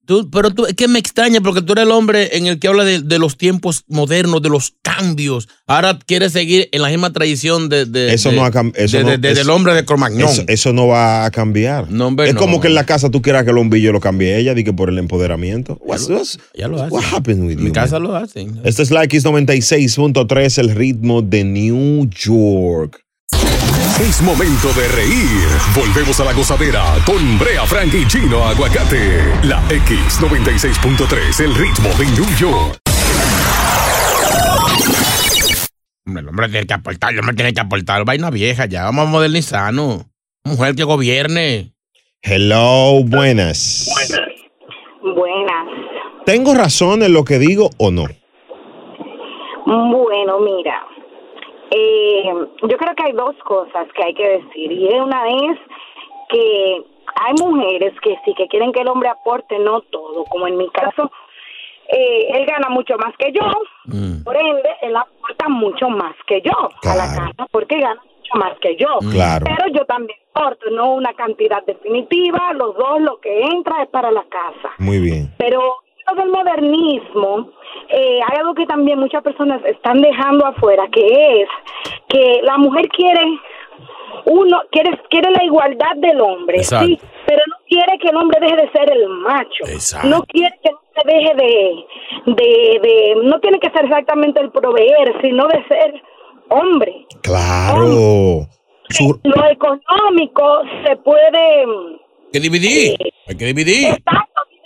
Speaker 2: Tú- pero tú, es que me extraña porque tú eres el hombre en el que habla de, de los tiempos modernos, de los cambios. Ahora quieres seguir en la misma tradición de, de-
Speaker 1: Eso
Speaker 2: de-
Speaker 1: no ha cam- eso
Speaker 2: de-
Speaker 1: no-
Speaker 2: de- de-
Speaker 1: eso-
Speaker 2: del hombre de Cromagnón.
Speaker 1: Eso, eso no va a cambiar. es
Speaker 2: no.
Speaker 1: como que en la casa tú quieras que el hombillo lo cambie ella, di que por el empoderamiento. What's- what's-
Speaker 2: ya lo hacen.
Speaker 1: what happened with
Speaker 2: En mi
Speaker 1: you,
Speaker 2: casa
Speaker 1: man?
Speaker 2: lo hacen.
Speaker 1: Este es la X96.3, el ritmo de New York.
Speaker 3: Es momento de reír. Volvemos a la gozadera con Brea Frank y Chino Aguacate. La X96.3, el ritmo de New York.
Speaker 2: Hombre, el hombre tiene que aportar, el hombre tiene que aportar. Vaina vieja ya, vamos a modernizarnos. Mujer que gobierne.
Speaker 1: Hello, buenas.
Speaker 13: Buenas.
Speaker 1: ¿Tengo razón en lo que digo o no?
Speaker 13: Bueno, mira, eh, yo creo que hay dos cosas que hay que decir. Y una es que hay mujeres que sí que quieren que el hombre aporte, no todo. Como en mi caso, eh, él gana mucho más que yo,
Speaker 2: Mm.
Speaker 13: por ende, él aporta mucho más que yo a la casa, porque gana mucho más que yo.
Speaker 1: Claro.
Speaker 13: Pero yo también aporto, no una cantidad definitiva, los dos lo que entra es para la casa.
Speaker 1: Muy bien.
Speaker 13: Pero todo el modernismo, eh, hay algo que también muchas personas están dejando afuera, que es que la mujer quiere uno quiere quiere la igualdad del hombre,
Speaker 14: Exacto.
Speaker 13: sí, pero no quiere que el hombre deje de ser el macho, no quiere que no se deje de, de, de no tiene que ser exactamente el proveer, sino de ser hombre
Speaker 1: Claro. Su-
Speaker 13: lo económico se puede mm,
Speaker 2: Hay que dividir. Hay que dividir.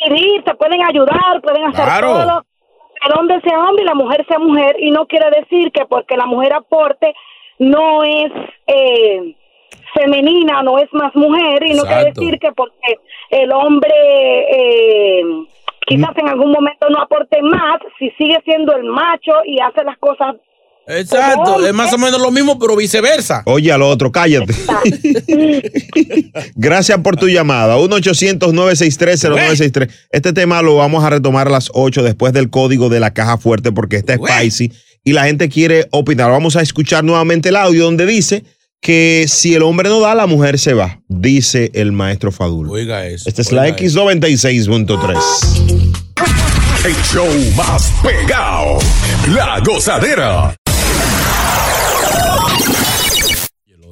Speaker 13: dividir, te pueden ayudar, pueden hacer
Speaker 2: Claro.
Speaker 13: todo. El hombre sea hombre y la mujer sea mujer. Y no quiere decir que porque la mujer aporte no es eh, femenina, no es más mujer. Y no quiere
Speaker 14: Exacto.
Speaker 13: decir que porque el hombre eh, quizás en algún momento no aporte más, si sigue siendo el macho y hace las cosas
Speaker 2: Exacto, es más o menos lo mismo, pero viceversa.
Speaker 1: Oye al otro, cállate. (laughs) Gracias por tu llamada. 1-800-963-0963. Este tema lo vamos a retomar a las 8 después del código de la caja fuerte porque está spicy y la gente quiere opinar. Vamos a escuchar nuevamente el audio donde dice que si el hombre no da, la mujer se va, dice el maestro Fadul.
Speaker 2: Oiga eso.
Speaker 1: Esta Este es la
Speaker 2: oiga eso.
Speaker 1: X96.3.
Speaker 3: El show más pegado. La gozadera.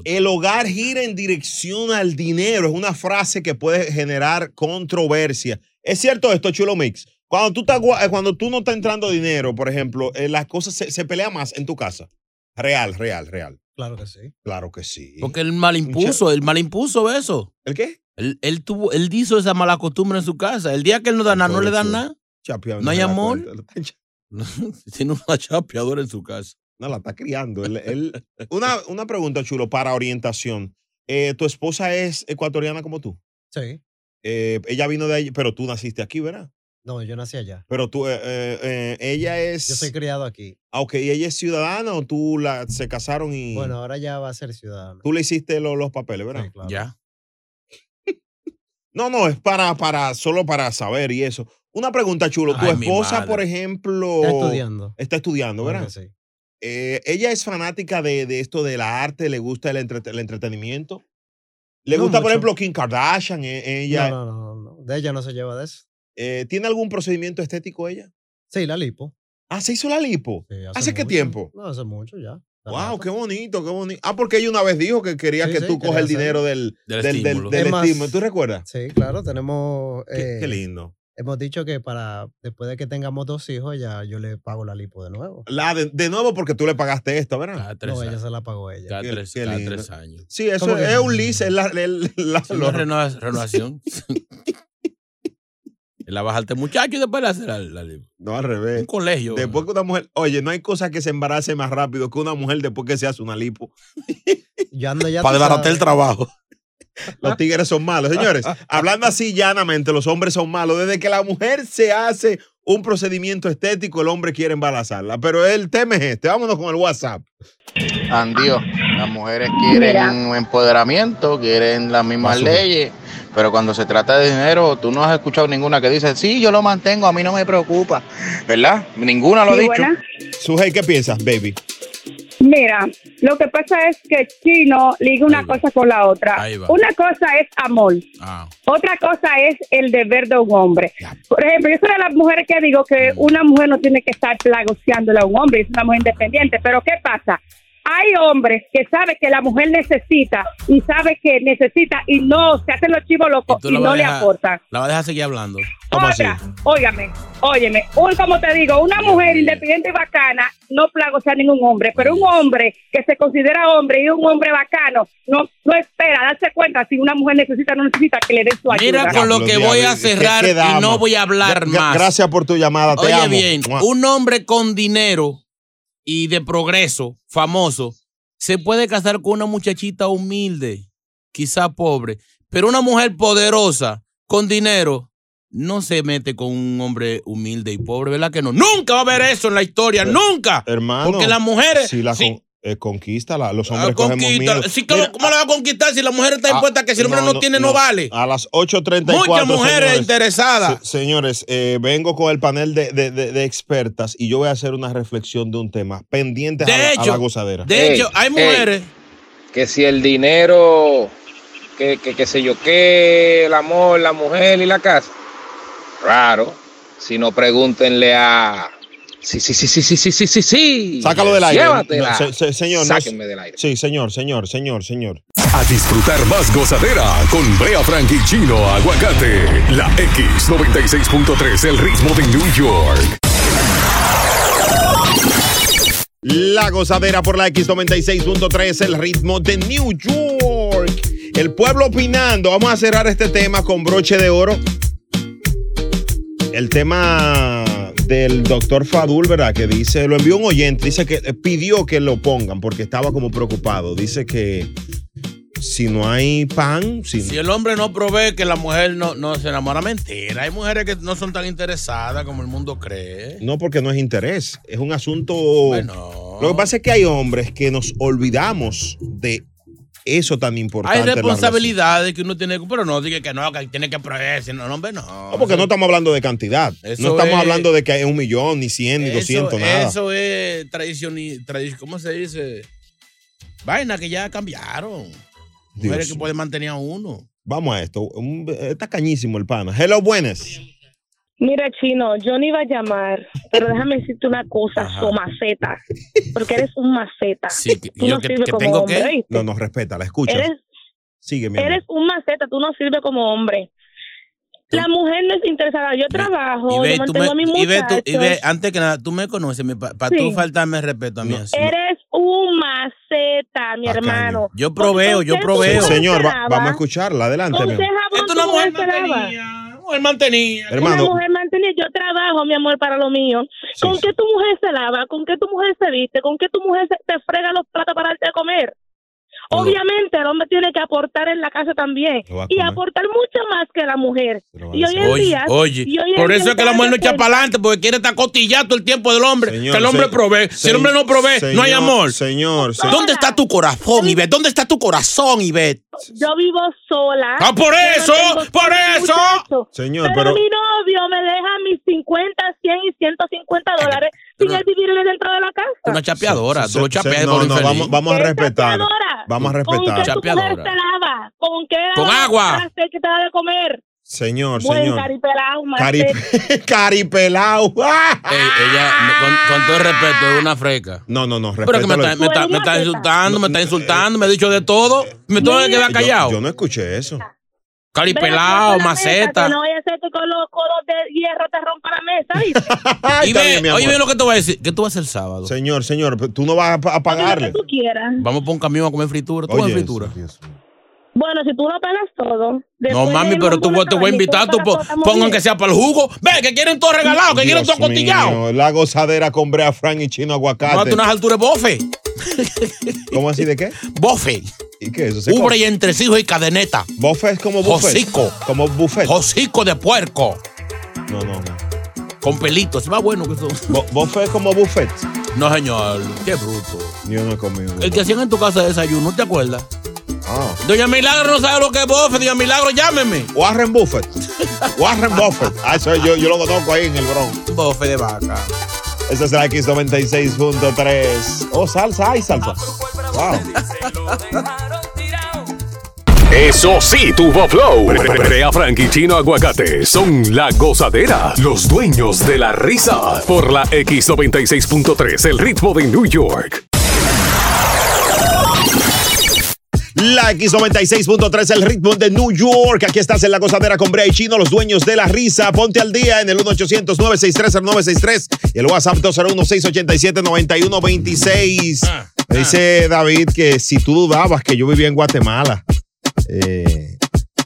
Speaker 1: El hogar gira en dirección al dinero. Es una frase que puede generar controversia. Es cierto esto, Chulo Mix. Cuando tú, estás gua- eh, cuando tú no está entrando dinero, por ejemplo, eh, las cosas se, se pelean más en tu casa. Real, real, real.
Speaker 5: Claro que sí.
Speaker 1: Claro que sí.
Speaker 2: Porque él mal impuso, él mal impuso eso.
Speaker 1: ¿El qué?
Speaker 2: Él, él tuvo, él hizo esa mala costumbre en su casa. El día que él no da nada, no le dan nada.
Speaker 1: Chapeando
Speaker 2: No hay
Speaker 1: la
Speaker 2: amor.
Speaker 1: cuenta.
Speaker 2: (laughs) Tiene una chapeadora en su casa.
Speaker 1: No, la está criando. Él- él- una, una pregunta, Chulo, para orientación. Eh, ¿Tu esposa es ecuatoriana como tú?
Speaker 5: Sí.
Speaker 1: Eh, ella vino de allí, pero tú naciste aquí, ¿verdad?
Speaker 5: No, yo nací allá.
Speaker 1: Pero tú, eh, eh, eh, ella es...
Speaker 5: Yo soy criado aquí.
Speaker 1: Ah, ok. ¿Y ella es ciudadana o tú la, se casaron y
Speaker 5: Bueno, ahora ya va a ser ciudadano.
Speaker 1: tú le hiciste lo- los papeles, verdad?
Speaker 2: Ya.
Speaker 1: No, no, es para, para, solo para saber y eso. Una pregunta, chulo. Tu
Speaker 5: Ay, mi
Speaker 1: esposa,
Speaker 5: madre.
Speaker 1: por ejemplo.
Speaker 5: Está estudiando.
Speaker 1: Está estudiando,
Speaker 5: Claro
Speaker 1: ¿verdad?
Speaker 5: que sí.
Speaker 1: Eh, ella es fanática de, de esto de la arte, le gusta el, entrete- el entretenimiento. Le
Speaker 5: No
Speaker 1: gusta, por
Speaker 5: mucho.
Speaker 1: ejemplo, Kim Kardashian. eh, ella,
Speaker 5: No, no, no, no. De ella no se lleva de eso.
Speaker 1: eh, ¿Tiene algún procedimiento estético ella?
Speaker 5: Sí, la lipo.
Speaker 1: Ah, se hizo la lipo. ¿Hace, qué
Speaker 5: mucho.
Speaker 1: tiempo?
Speaker 5: No, hace mucho ya.
Speaker 1: Wow, qué bonito, qué bonito. Ah, porque ella una vez dijo que quería
Speaker 5: Sí,
Speaker 1: que
Speaker 5: sí,
Speaker 1: tú cojas
Speaker 5: quería
Speaker 1: el dinero
Speaker 5: hacer-
Speaker 1: del,
Speaker 5: Del
Speaker 1: del, del-
Speaker 5: estímulo.
Speaker 1: del
Speaker 5: Es más-
Speaker 1: estímulo. ¿Tú recuerdas?
Speaker 5: Sí, claro, tenemos.
Speaker 1: Qué- qué
Speaker 5: eh,
Speaker 1: lindo.
Speaker 5: Hemos dicho que para después de que tengamos dos hijos, ya yo le pago la lipo de nuevo.
Speaker 1: La de, de nuevo porque tú le pagaste esto, ¿verdad?
Speaker 5: No, ella se la pagó ella.
Speaker 2: Cada,
Speaker 1: Qué-
Speaker 2: tres,
Speaker 1: qué
Speaker 2: cada
Speaker 1: lindo.
Speaker 2: tres años.
Speaker 1: Sí, eso
Speaker 5: ¿Cómo que
Speaker 1: es
Speaker 5: no?
Speaker 1: un lease, es la, el- (laughs) la-
Speaker 2: Es una
Speaker 1: lo- (laughs)
Speaker 2: renova- renovación. Él la baja al muchacho y después le hace la, la lipo.
Speaker 1: No, al revés.
Speaker 2: Un colegio.
Speaker 1: Eh, Después que una mujer, oye, no hay cosa que se embarace más rápido que una mujer después que se hace una lipo.
Speaker 5: Yo ando ya.
Speaker 1: Para
Speaker 5: tú
Speaker 1: desbaratar el
Speaker 5: sabes.
Speaker 1: trabajo. (laughs) Los tigres son malos, señores. Hablando así llanamente, los hombres son malos. Desde que la mujer se hace un procedimiento estético, el hombre quiere embarazarla. Pero el tema es este. Vámonos con el WhatsApp.
Speaker 15: Andio, las mujeres quieren empoderamiento, quieren las mismas
Speaker 1: Basura.
Speaker 15: leyes, pero cuando se trata de dinero, tú no has escuchado ninguna que dice, sí, yo lo mantengo, a mí no me preocupa, ¿verdad? Ninguna lo ha
Speaker 11: Sí,
Speaker 15: dicho.
Speaker 11: buenas.
Speaker 1: Sujei, ¿qué piensas, baby?
Speaker 11: Mira, lo que pasa es que Chino liga una cosa con la otra.
Speaker 14: Ahí va.
Speaker 11: Una cosa es amor.
Speaker 2: Ah,
Speaker 11: Otra cosa es el deber de un hombre. Por ejemplo, yo soy de las mujeres que digo que una mujer no tiene que estar plagoseándole a un hombre, es una mujer independiente. Pero ¿qué pasa? Hay hombres que saben que la mujer necesita y sabe que necesita y no se hacen los chivos locos
Speaker 2: Tú
Speaker 11: y,
Speaker 2: la vas
Speaker 11: no
Speaker 2: a
Speaker 11: le
Speaker 2: dejar-
Speaker 11: aportan.
Speaker 2: La va a dejar seguir hablando.
Speaker 11: Otra, óigame, óyeme, un, como te digo, una mujer independiente y bacana no plagosea a ningún hombre, pero un hombre que se considera hombre y un hombre bacano no, no espera darse cuenta si una mujer necesita o no necesita que le den su ayuda.
Speaker 2: Mira con lo que voy a cerrar y no voy a hablar más.
Speaker 1: Gracias por tu llamada, Ah, te
Speaker 2: Oye
Speaker 1: amo.
Speaker 2: bien, Uh,
Speaker 1: Mua.
Speaker 2: un hombre con dinero y de progreso, famoso, se puede casar con una muchachita humilde, quizá pobre, pero una mujer poderosa, con dinero, no se mete con un hombre humilde y pobre, ¿verdad que no? Nunca va a haber eso en la historia, nunca.
Speaker 1: Hermano.
Speaker 2: Porque las mujeres...
Speaker 1: Si la
Speaker 2: si-
Speaker 1: con- eh, conquista, la- los
Speaker 2: ah,
Speaker 1: hombres cogemos ah,
Speaker 2: conquista-
Speaker 1: miedo.
Speaker 2: sí, ¿cómo, cómo la va a conquistar si la mujer está impuesta que si el hombre no, tiene, no, vale?
Speaker 1: A las 8.34.
Speaker 2: Muchas mujeres interesadas.
Speaker 1: se- señores, eh, vengo con el panel de, de- de- de expertas y yo voy a hacer una reflexión de un tema pendiente a, la- a la gozadera.
Speaker 15: Ey, ey, que si el dinero, que, que, que sé yo qué, el amor, la mujer y la casa. Raro. Si no, pregúntenle a. Sí, sí, sí, sí, sí, sí, sí, sí, sí.
Speaker 1: Sácalo del aire.
Speaker 15: Llévatela.
Speaker 1: No, se- se- señor, no-
Speaker 15: Sáquenme del aire.
Speaker 1: Sí, señor, señor, señor, señor.
Speaker 3: A disfrutar más gozadera con Brea Frank y Chino Aguacate. La X96.3, el ritmo de New York.
Speaker 1: La gozadera por la X96.3, el ritmo de New York. El pueblo opinando. Vamos a cerrar este tema con broche de oro. el tema del doctor Fadul, ¿verdad? Que dice, lo envió un oyente, dice que eh, pidió que lo pongan porque estaba como preocupado. Dice que si no hay pan, si
Speaker 2: Si el hombre no provee que la mujer no, no se enamora, mentira. Hay mujeres que no son tan interesadas como el mundo cree.
Speaker 1: No porque no es interés, es un asunto... Lo que pasa es que hay hombres que nos olvidamos de eso tan importante.
Speaker 2: Hay
Speaker 1: en la
Speaker 2: responsabilidades que uno tiene que, pero no diga que no, que tiene que proveer. si No, no, hombre, no.
Speaker 1: relación. No, porque no estamos hablando de cantidad.
Speaker 2: Eso
Speaker 1: no estamos
Speaker 2: es-
Speaker 1: hablando de que hay un millón, ni cien, ni doscientos, nada.
Speaker 2: Eso es tradición y tradi- ¿cómo se dice? Vaina que ya cambiaron. Mujeres que pueden mantener a uno.
Speaker 1: Vamos a esto. un- está cañísimo el pana. Hello, buenas.
Speaker 14: Mira, Chino, yo no iba a llamar, pero déjame decirte una cosa,
Speaker 1: Ajá.
Speaker 14: so maceta, porque eres un maceta. tú no sirves Ah, como hombre. ¿oíste?
Speaker 1: No, no, respeta, la escucha.
Speaker 14: Eres,
Speaker 1: Sigue, mi amor.
Speaker 14: eres un maceta, tú no sirves como hombre. La mujer no es interesada, yo trabajo, yo
Speaker 2: tú
Speaker 14: mantengo a mi
Speaker 2: me- y ve, tú- y ve,
Speaker 14: muchacho.
Speaker 2: antes que nada, tú me conoces, para
Speaker 14: Sí.
Speaker 2: tú faltarme el respeto a mí. así.
Speaker 14: Eres un maceta, mi hermano.
Speaker 2: Yo proveo, yo
Speaker 14: Porque
Speaker 2: proveo.
Speaker 14: tú
Speaker 1: Señor, va-
Speaker 14: esperabas-
Speaker 1: vamos a escucharla. Adelante, mi
Speaker 14: Con
Speaker 1: amor.
Speaker 14: qué jabón tú mujer esperabas?
Speaker 2: Mujer mantenía.
Speaker 1: Hermano.
Speaker 14: Una mujer mantenía. Yo trabajo, mi amor, para lo mío. ¿Con qué tu mujer se lava? ¿Con qué tu mujer se viste? ¿Con qué tu mujer se- te frega los platos para darte a comer? Obviamente el hombre tiene que aportar en la casa también
Speaker 2: va a
Speaker 14: y
Speaker 2: comer.
Speaker 14: aportar mucho más que la mujer. Y hoy en
Speaker 2: Oye,
Speaker 14: día,
Speaker 2: oye,
Speaker 14: y hoy en
Speaker 2: por
Speaker 14: día
Speaker 2: eso es que la
Speaker 14: ustedes
Speaker 2: mujer no echa
Speaker 14: hacen-
Speaker 2: para adelante, porque quiere estar cotillado todo el tiempo del hombre.
Speaker 1: Señor,
Speaker 2: que el hombre
Speaker 1: se-
Speaker 2: provee. si el hombre no provee,
Speaker 1: señor,
Speaker 2: no hay amor.
Speaker 1: Señor, señor.
Speaker 2: ¿Dónde está tu corazón, Ivette? ¿Dónde está tu corazón, Ivette?
Speaker 14: Yo vivo sola.
Speaker 2: Ah, por
Speaker 14: Yo no
Speaker 2: eso,
Speaker 14: tengo
Speaker 2: por
Speaker 14: hijos,
Speaker 2: eso.
Speaker 14: muchacho.
Speaker 1: Señor,
Speaker 14: pero,
Speaker 1: pero-
Speaker 14: mi novio me deja mis 50, 100 y 150 dólares sin él vivirle dentro de la casa.
Speaker 2: Una chapeadora,
Speaker 1: Se-
Speaker 2: tú lo
Speaker 1: se-
Speaker 2: chapeas
Speaker 1: No,
Speaker 2: por
Speaker 1: no,
Speaker 2: infeliz.
Speaker 1: vamos, vamos a respetar.
Speaker 14: chapeadora?
Speaker 1: Vamos a
Speaker 14: ¿Con qué
Speaker 1: respetar.
Speaker 14: tu mujer se lava? ¿Con qué
Speaker 1: Con
Speaker 14: lava
Speaker 1: agua.
Speaker 14: las trastes que te da de comer?
Speaker 1: Señor,
Speaker 14: Buen
Speaker 1: señor.
Speaker 14: caripelao,
Speaker 1: Cari-
Speaker 14: mate.
Speaker 1: (laughs) Caripelao. (laughs)
Speaker 2: Ey, ella, me- con, con todo el respeto, es una freca.
Speaker 1: No, no, no,
Speaker 2: Pero que me
Speaker 1: respétalo.
Speaker 2: está, me está- me está insultando, me está insultando, me ha dicho de todo. Me tengo que quedar
Speaker 1: eh, Yo-
Speaker 2: callado.
Speaker 1: Yo, no escuché eso. (laughs)
Speaker 2: Caripelao,
Speaker 14: Ven acá con la mesa,
Speaker 2: maceta.
Speaker 14: Que no vaya a ser que con los codos de hierro te rompa la mesa,
Speaker 2: (laughs)
Speaker 14: ¿viste?
Speaker 2: Y ve, oye, ve lo que te voy a decir. ¿Qué tú vas a hacer el sábado?
Speaker 1: Señor, señor, pero tú no vas a, pa- a pagarle.
Speaker 14: Tú quieras.
Speaker 2: Vamos por un camión a comer fritura. ¿Tú vas a
Speaker 1: Oye,
Speaker 2: fritura?
Speaker 14: Bueno, si tú lo pagas todo.
Speaker 2: No,
Speaker 14: después
Speaker 2: mami,
Speaker 14: de
Speaker 2: pero tú,
Speaker 14: ninguna
Speaker 2: te
Speaker 14: cabaña,
Speaker 2: voy a invitar.
Speaker 14: tú pagas todo,
Speaker 2: Tú, pon-
Speaker 14: estamos
Speaker 2: pongan
Speaker 14: bien.
Speaker 2: que sea para el jugo. Ve, que quieren todo regalado, Ah, que quieren todo
Speaker 1: Dios
Speaker 2: cotillado.
Speaker 1: mío, La gozadera con Brea Frank y Chino Aguacate.
Speaker 2: Mate unas alturas bofe.
Speaker 1: ¿Cómo así de qué?
Speaker 2: Bofe.
Speaker 1: ¿Y qué es eso? ¿Se
Speaker 2: Ubre
Speaker 1: come?
Speaker 2: y entresijos y cadeneta.
Speaker 1: Bofe es como buffet.
Speaker 2: Jocico.
Speaker 1: Como buffet.
Speaker 2: Jocico de puerco.
Speaker 1: No, no, no.
Speaker 2: Con pelitos. Es más bueno que eso.
Speaker 1: ¿Buffet como buffet?
Speaker 2: No, señor. Qué bruto.
Speaker 1: Yo no he comido.
Speaker 2: El que hacían en tu casa de desayuno, ¿te acuerdas?
Speaker 1: Ah.
Speaker 2: Doña Milagro no sabe lo que es bofe. Doña Milagro, llámeme.
Speaker 1: Warren
Speaker 2: (laughs)
Speaker 1: Buffett. Warren Buffett. Ah, eso yo, yo lo conozco ahí en el Bronx.
Speaker 2: Buffet de vaca.
Speaker 1: Ese es la X96.3. Oh, salsa, hay salsa.
Speaker 2: Ah,
Speaker 1: Wow.
Speaker 3: Eso sí, tuvo flow. Brea Frank y Chino Aguacate son la gozadera, los dueños de la risa. Por la X96.3, el ritmo de New York.
Speaker 1: La X96.3, el ritmo de New York. Aquí estás en la gozadera con Brea y Chino, los dueños de la risa. Ponte al día en el 1-800-963-0963 y el WhatsApp 201-687-9126.
Speaker 2: Ah.
Speaker 1: Me dice David que si tú dudabas que yo vivía en Guatemala, eh,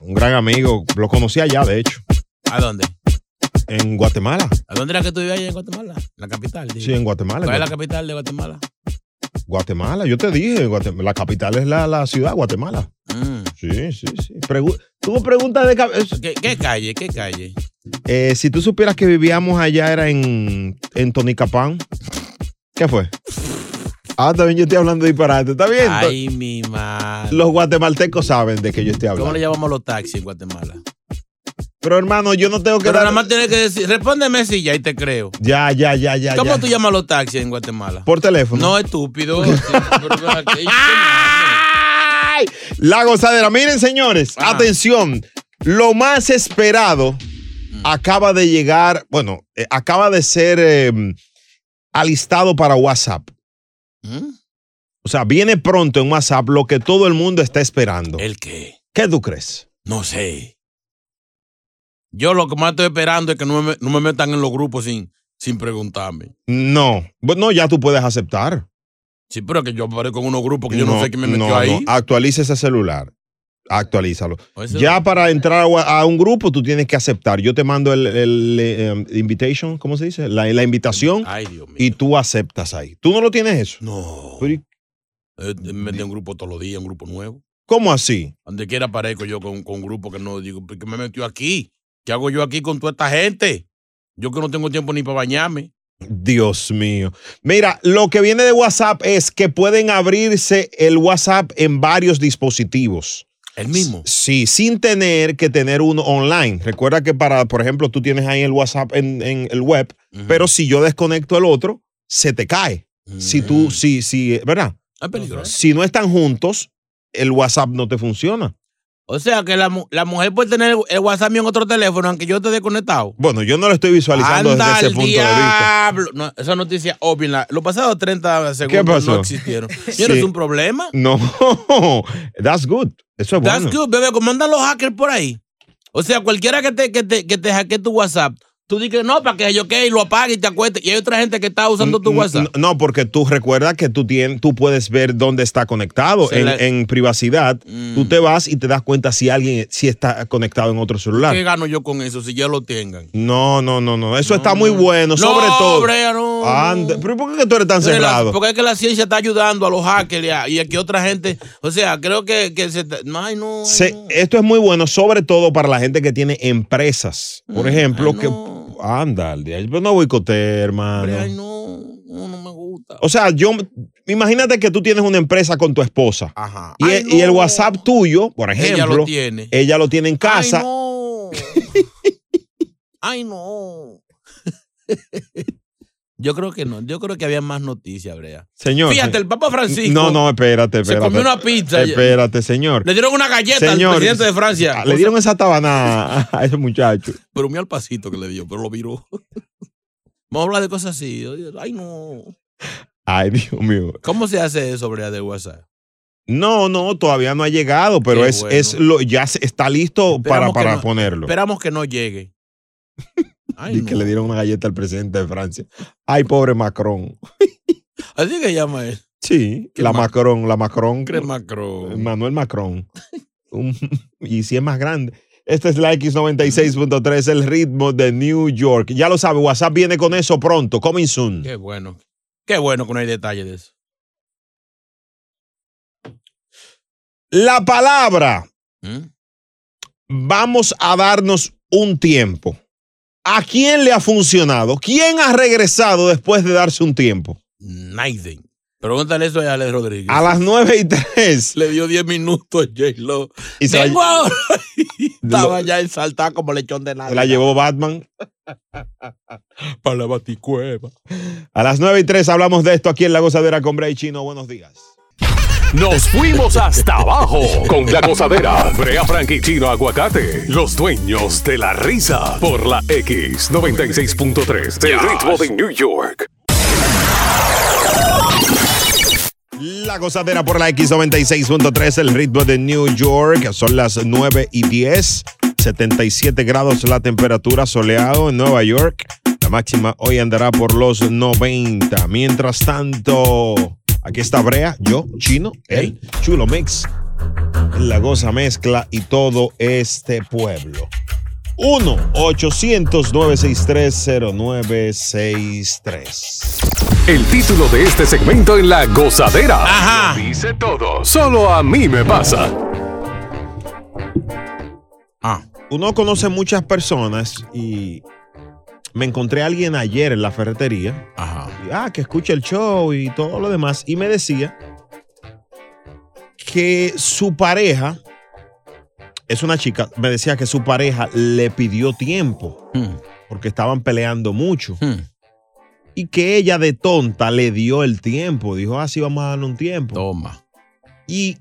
Speaker 1: un gran amigo, lo conocí allá, de hecho,
Speaker 2: Ah, ¿A dónde?
Speaker 1: en Guatemala.
Speaker 2: ¿A dónde era que tú vivías allá en Guatemala? La capital. digo.
Speaker 1: Sí, en Guatemala.
Speaker 2: ¿Cuál es
Speaker 1: en
Speaker 2: la capital de Guatemala?
Speaker 1: Guatemala, yo te dije, Guatem- la capital es la, la ciudad, Guatemala.
Speaker 2: Mm.
Speaker 1: Sí, sí, sí. Pregu- Tuvo preguntas de cabeza.
Speaker 2: ¿Qué, qué calle? ¿Qué calle?
Speaker 1: Eh, si tú supieras que vivíamos allá era en, en Tonicapán, ¿qué fue? Ah, también yo estoy hablando de disparate, ¿está bien?
Speaker 2: Ay, mi madre.
Speaker 1: Los guatemaltecos saben de que yo estoy
Speaker 2: ¿Cómo
Speaker 1: hablando.
Speaker 2: le llamamos los taxis en Guatemala?
Speaker 1: Pero hermano, yo no tengo que
Speaker 2: Pero
Speaker 1: dar-
Speaker 2: nada más tienes que decir, respóndeme si ya y te creo.
Speaker 1: Ya, ya, ya, ya.
Speaker 2: ¿Cómo
Speaker 1: ya.
Speaker 2: tú llamas los taxis en Guatemala?
Speaker 1: Por teléfono.
Speaker 2: No, estúpido.
Speaker 1: (laughs) ¡Ay! La gozadera. Miren, señores,
Speaker 2: Ah.
Speaker 1: atención. Lo más esperado
Speaker 2: Mm.
Speaker 1: acaba de llegar, bueno, eh, acaba de ser eh, alistado para WhatsApp.
Speaker 2: ¿Mm?
Speaker 1: O sea, viene pronto en WhatsApp lo que todo el mundo está esperando.
Speaker 2: ¿El qué?
Speaker 1: ¿Qué tú crees?
Speaker 2: No sé. Yo lo que más estoy esperando es que no me, no me metan en los grupos sin, sin preguntarme.
Speaker 1: No. Bueno, ya tú puedes aceptar.
Speaker 2: Sí, pero que yo aparezco en unos grupos que yo no, sé quién me metió
Speaker 1: no,
Speaker 2: ahí. Pues
Speaker 1: no. Actualiza ese celular. Actualízalo. Ya para entrar a, a un grupo tú tienes que aceptar. Yo te mando el, el, eh, invitation, ¿cómo se dice? La, la invitación.
Speaker 2: Ah,
Speaker 1: Y tú aceptas ahí. ¿Tú no lo tienes eso? No.
Speaker 2: Eh, Me metí a un grupo todos los días, un grupo nuevo.
Speaker 1: ¿Cómo así?
Speaker 2: Donde quiera aparezco yo con, con un grupo que no digo, ¿por qué me metió aquí? ¿Qué hago yo aquí con toda esta gente? Yo que no tengo tiempo ni para bañarme.
Speaker 1: Dios mío. Mira, lo que viene de WhatsApp es que pueden abrirse el WhatsApp en varios dispositivos.
Speaker 2: ¿El mismo?
Speaker 1: Sí, sin tener que tener uno online. Recuerda que para, por ejemplo, tú tienes ahí el WhatsApp en, en el web,
Speaker 2: Mm.
Speaker 1: pero si yo desconecto el otro, se te cae. Si tú, si, si, ¿verdad?
Speaker 2: Mm. Es peligroso.
Speaker 1: Si no están juntos, el WhatsApp no te funciona.
Speaker 2: O sea que la, mu- la mujer puede tener el WhatsApp mío en otro teléfono, aunque yo esté desconectado.
Speaker 1: Bueno, yo no lo estoy visualizando
Speaker 2: Anda
Speaker 1: desde
Speaker 2: al
Speaker 1: ese punto de vista.
Speaker 2: diablo. No, esa noticia obvia. en la- Los pasados 30 segundos
Speaker 1: pasó?
Speaker 2: no
Speaker 1: (laughs)
Speaker 2: existieron. Yo no
Speaker 1: Sí.
Speaker 2: es un problema.
Speaker 1: No, (laughs) that's good. Eso es
Speaker 2: That's
Speaker 1: Ah, bueno.
Speaker 2: good, bebé. Como andan los hackers por ahí. O sea, cualquiera que te, que te, que te hackee tu WhatsApp, tú dices no, para que yo qué, y lo apague y te acuestes. Y hay otra gente que está usando tu
Speaker 1: Mm,
Speaker 2: WhatsApp.
Speaker 1: No, no, porque tú recuerdas que tú, tienes, tú puedes ver dónde está conectado
Speaker 2: Se
Speaker 1: en,
Speaker 2: la- Mm.
Speaker 1: en privacidad. Tú te vas y te das cuenta si alguien si está conectado en otro celular.
Speaker 2: ¿Qué gano yo con eso si ya lo tengan?
Speaker 1: No, no, no, no. Eso está muy bueno, sobre todo.
Speaker 2: brea, no.
Speaker 1: Ande- ¿Pero por qué que tú eres tan
Speaker 2: Pero la-
Speaker 1: cerrado?
Speaker 2: porque es que la ciencia está ayudando a los hackers y a, y a que otra gente. O sea, creo que, que se. está- Ay, no.
Speaker 1: Se- esto es muy bueno, sobre todo para la gente que tiene empresas.
Speaker 2: Mm,
Speaker 1: Por ejemplo, que. Anda, al día- pero no boicote, hermano. O sea, yo. Imagínate que tú tienes una empresa con tu esposa.
Speaker 2: Ajá.
Speaker 1: Y, e- y el WhatsApp tuyo, por
Speaker 2: Ella
Speaker 1: ejemplo.
Speaker 2: lo tiene.
Speaker 1: ella lo tiene en casa.
Speaker 2: Ay, no. Yo creo que no. Yo creo que había más noticias, Brea.
Speaker 1: Señor.
Speaker 2: Fíjate, el Papa Francisco.
Speaker 1: No, no, espérate,
Speaker 2: se
Speaker 1: espérate.
Speaker 2: comió una pizza.
Speaker 1: Espérate, señor.
Speaker 2: Le dieron una galleta
Speaker 1: Señor,
Speaker 2: al presidente de Francia.
Speaker 1: Le dieron esa tabana (laughs) a- a ese muchacho.
Speaker 2: Pero mira al pasito que le dio, pero lo viró. Vamos a hablar de cosas así. Ay, no.
Speaker 1: Ay, Dios mío.
Speaker 2: ¿Cómo se hace eso, Brea, de WhatsApp?
Speaker 1: No, no, todavía no ha llegado, pero
Speaker 2: Qué
Speaker 1: es,
Speaker 2: bueno.
Speaker 1: es lo, ya se- está listo para,
Speaker 2: Esperamos que
Speaker 1: para
Speaker 2: no-
Speaker 1: ponerlo.
Speaker 2: Esperamos que no
Speaker 1: (laughs)
Speaker 2: llegue. Ay,
Speaker 1: Y que le dieron una galleta al presidente de Francia. Ay, pobre Macron.
Speaker 2: Así que llama él.
Speaker 1: Sí, la Macron, la Macron.
Speaker 2: ¿Qué Macron? (laughs)
Speaker 1: Manuel Macron. Un- y si es más grande. Esta es la X96.3, el ritmo de New York. Ya lo sabe, WhatsApp viene con eso pronto, coming soon.
Speaker 2: Qué bueno. Qué bueno que no hay detalle de eso.
Speaker 1: La palabra.
Speaker 2: ¿Mm?
Speaker 1: Vamos a darnos un tiempo. ¿A quién le ha funcionado? ¿Quién ha regresado después de darse un tiempo?
Speaker 2: Naiden. Pregúntale eso a Alex Rodríguez.
Speaker 1: A las 9 y 3.
Speaker 2: Le dio 10 minutos J-Lo.
Speaker 1: Y se la-
Speaker 2: Vengo ahora. (laughs) Estaba ya ensaltada como lechón de nada.
Speaker 1: Se la
Speaker 2: (laughs)
Speaker 1: llevó Batman.
Speaker 2: Para la baticueva.
Speaker 1: A las 9 y 3 hablamos de esto aquí en La Gozadera con Bray Chino. Buenos días.
Speaker 3: Nos fuimos hasta abajo con la gozadera Brea Frank y Chino Aguacate, los dueños de la risa por la X96.3 del ritmo de New York.
Speaker 1: La gozadera por la X96.3, el ritmo de New York. Son las 9 y 10. 77 grados la temperatura, soleado en Nueva York. La máxima hoy andará por los 90. Mientras tanto, aquí está Brea, yo, Chino, el Chulo Mix. La goza mezcla y todo este pueblo. 1-800-963-0963.
Speaker 3: El título de este segmento en la gozadera Lo dice todo. Solo a mí me pasa.
Speaker 2: Ah,
Speaker 1: Uno conoce muchas personas y me encontré a alguien ayer en la ferretería. Y, ah, que escucha el show y todo lo demás. Y me decía que su pareja, es una chica, me decía que su pareja le pidió tiempo
Speaker 2: Hmm,
Speaker 1: porque estaban peleando mucho. Y que ella de tonta le dio el tiempo. Dijo, ah, sí, vamos a darle un tiempo.
Speaker 2: Toma.
Speaker 1: Y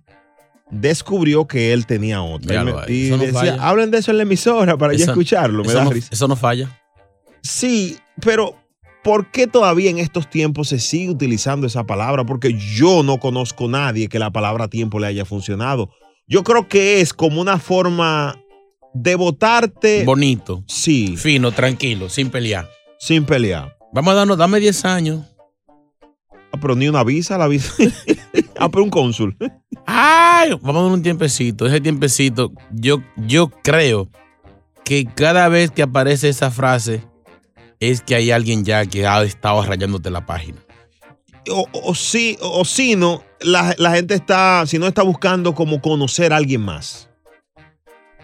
Speaker 1: descubrió que él tenía otra. Y,
Speaker 2: Míralo
Speaker 1: me-
Speaker 2: ahí.
Speaker 1: y
Speaker 2: Eso no
Speaker 1: decía,
Speaker 2: falla.
Speaker 1: hablen de eso en la emisora para yo
Speaker 2: Eso-
Speaker 1: escucharlo. Me
Speaker 2: eso
Speaker 1: da
Speaker 2: no-
Speaker 1: risa.
Speaker 2: Eso no falla.
Speaker 1: Sí, pero ¿por qué todavía en estos tiempos se sigue utilizando esa palabra? Porque yo no conozco nadie que la palabra tiempo le haya funcionado. Yo creo que es como una forma de votarte.
Speaker 2: Bonito.
Speaker 1: Sí.
Speaker 2: Fino, tranquilo, sin pelear.
Speaker 1: Sin pelear.
Speaker 2: Vamos a darnos, dame 10 años.
Speaker 1: (laughs) Ah, pero ni una visa, la visa. ah, pero un cónsul.
Speaker 2: Ay, vamos a dar un tiempecito. Ese tiempecito, yo, yo creo que cada vez que aparece esa frase, es que hay alguien ya que ha estado rayándote la página.
Speaker 1: O, o sí, o sí, no, la, la gente está, si no está buscando como conocer a alguien más.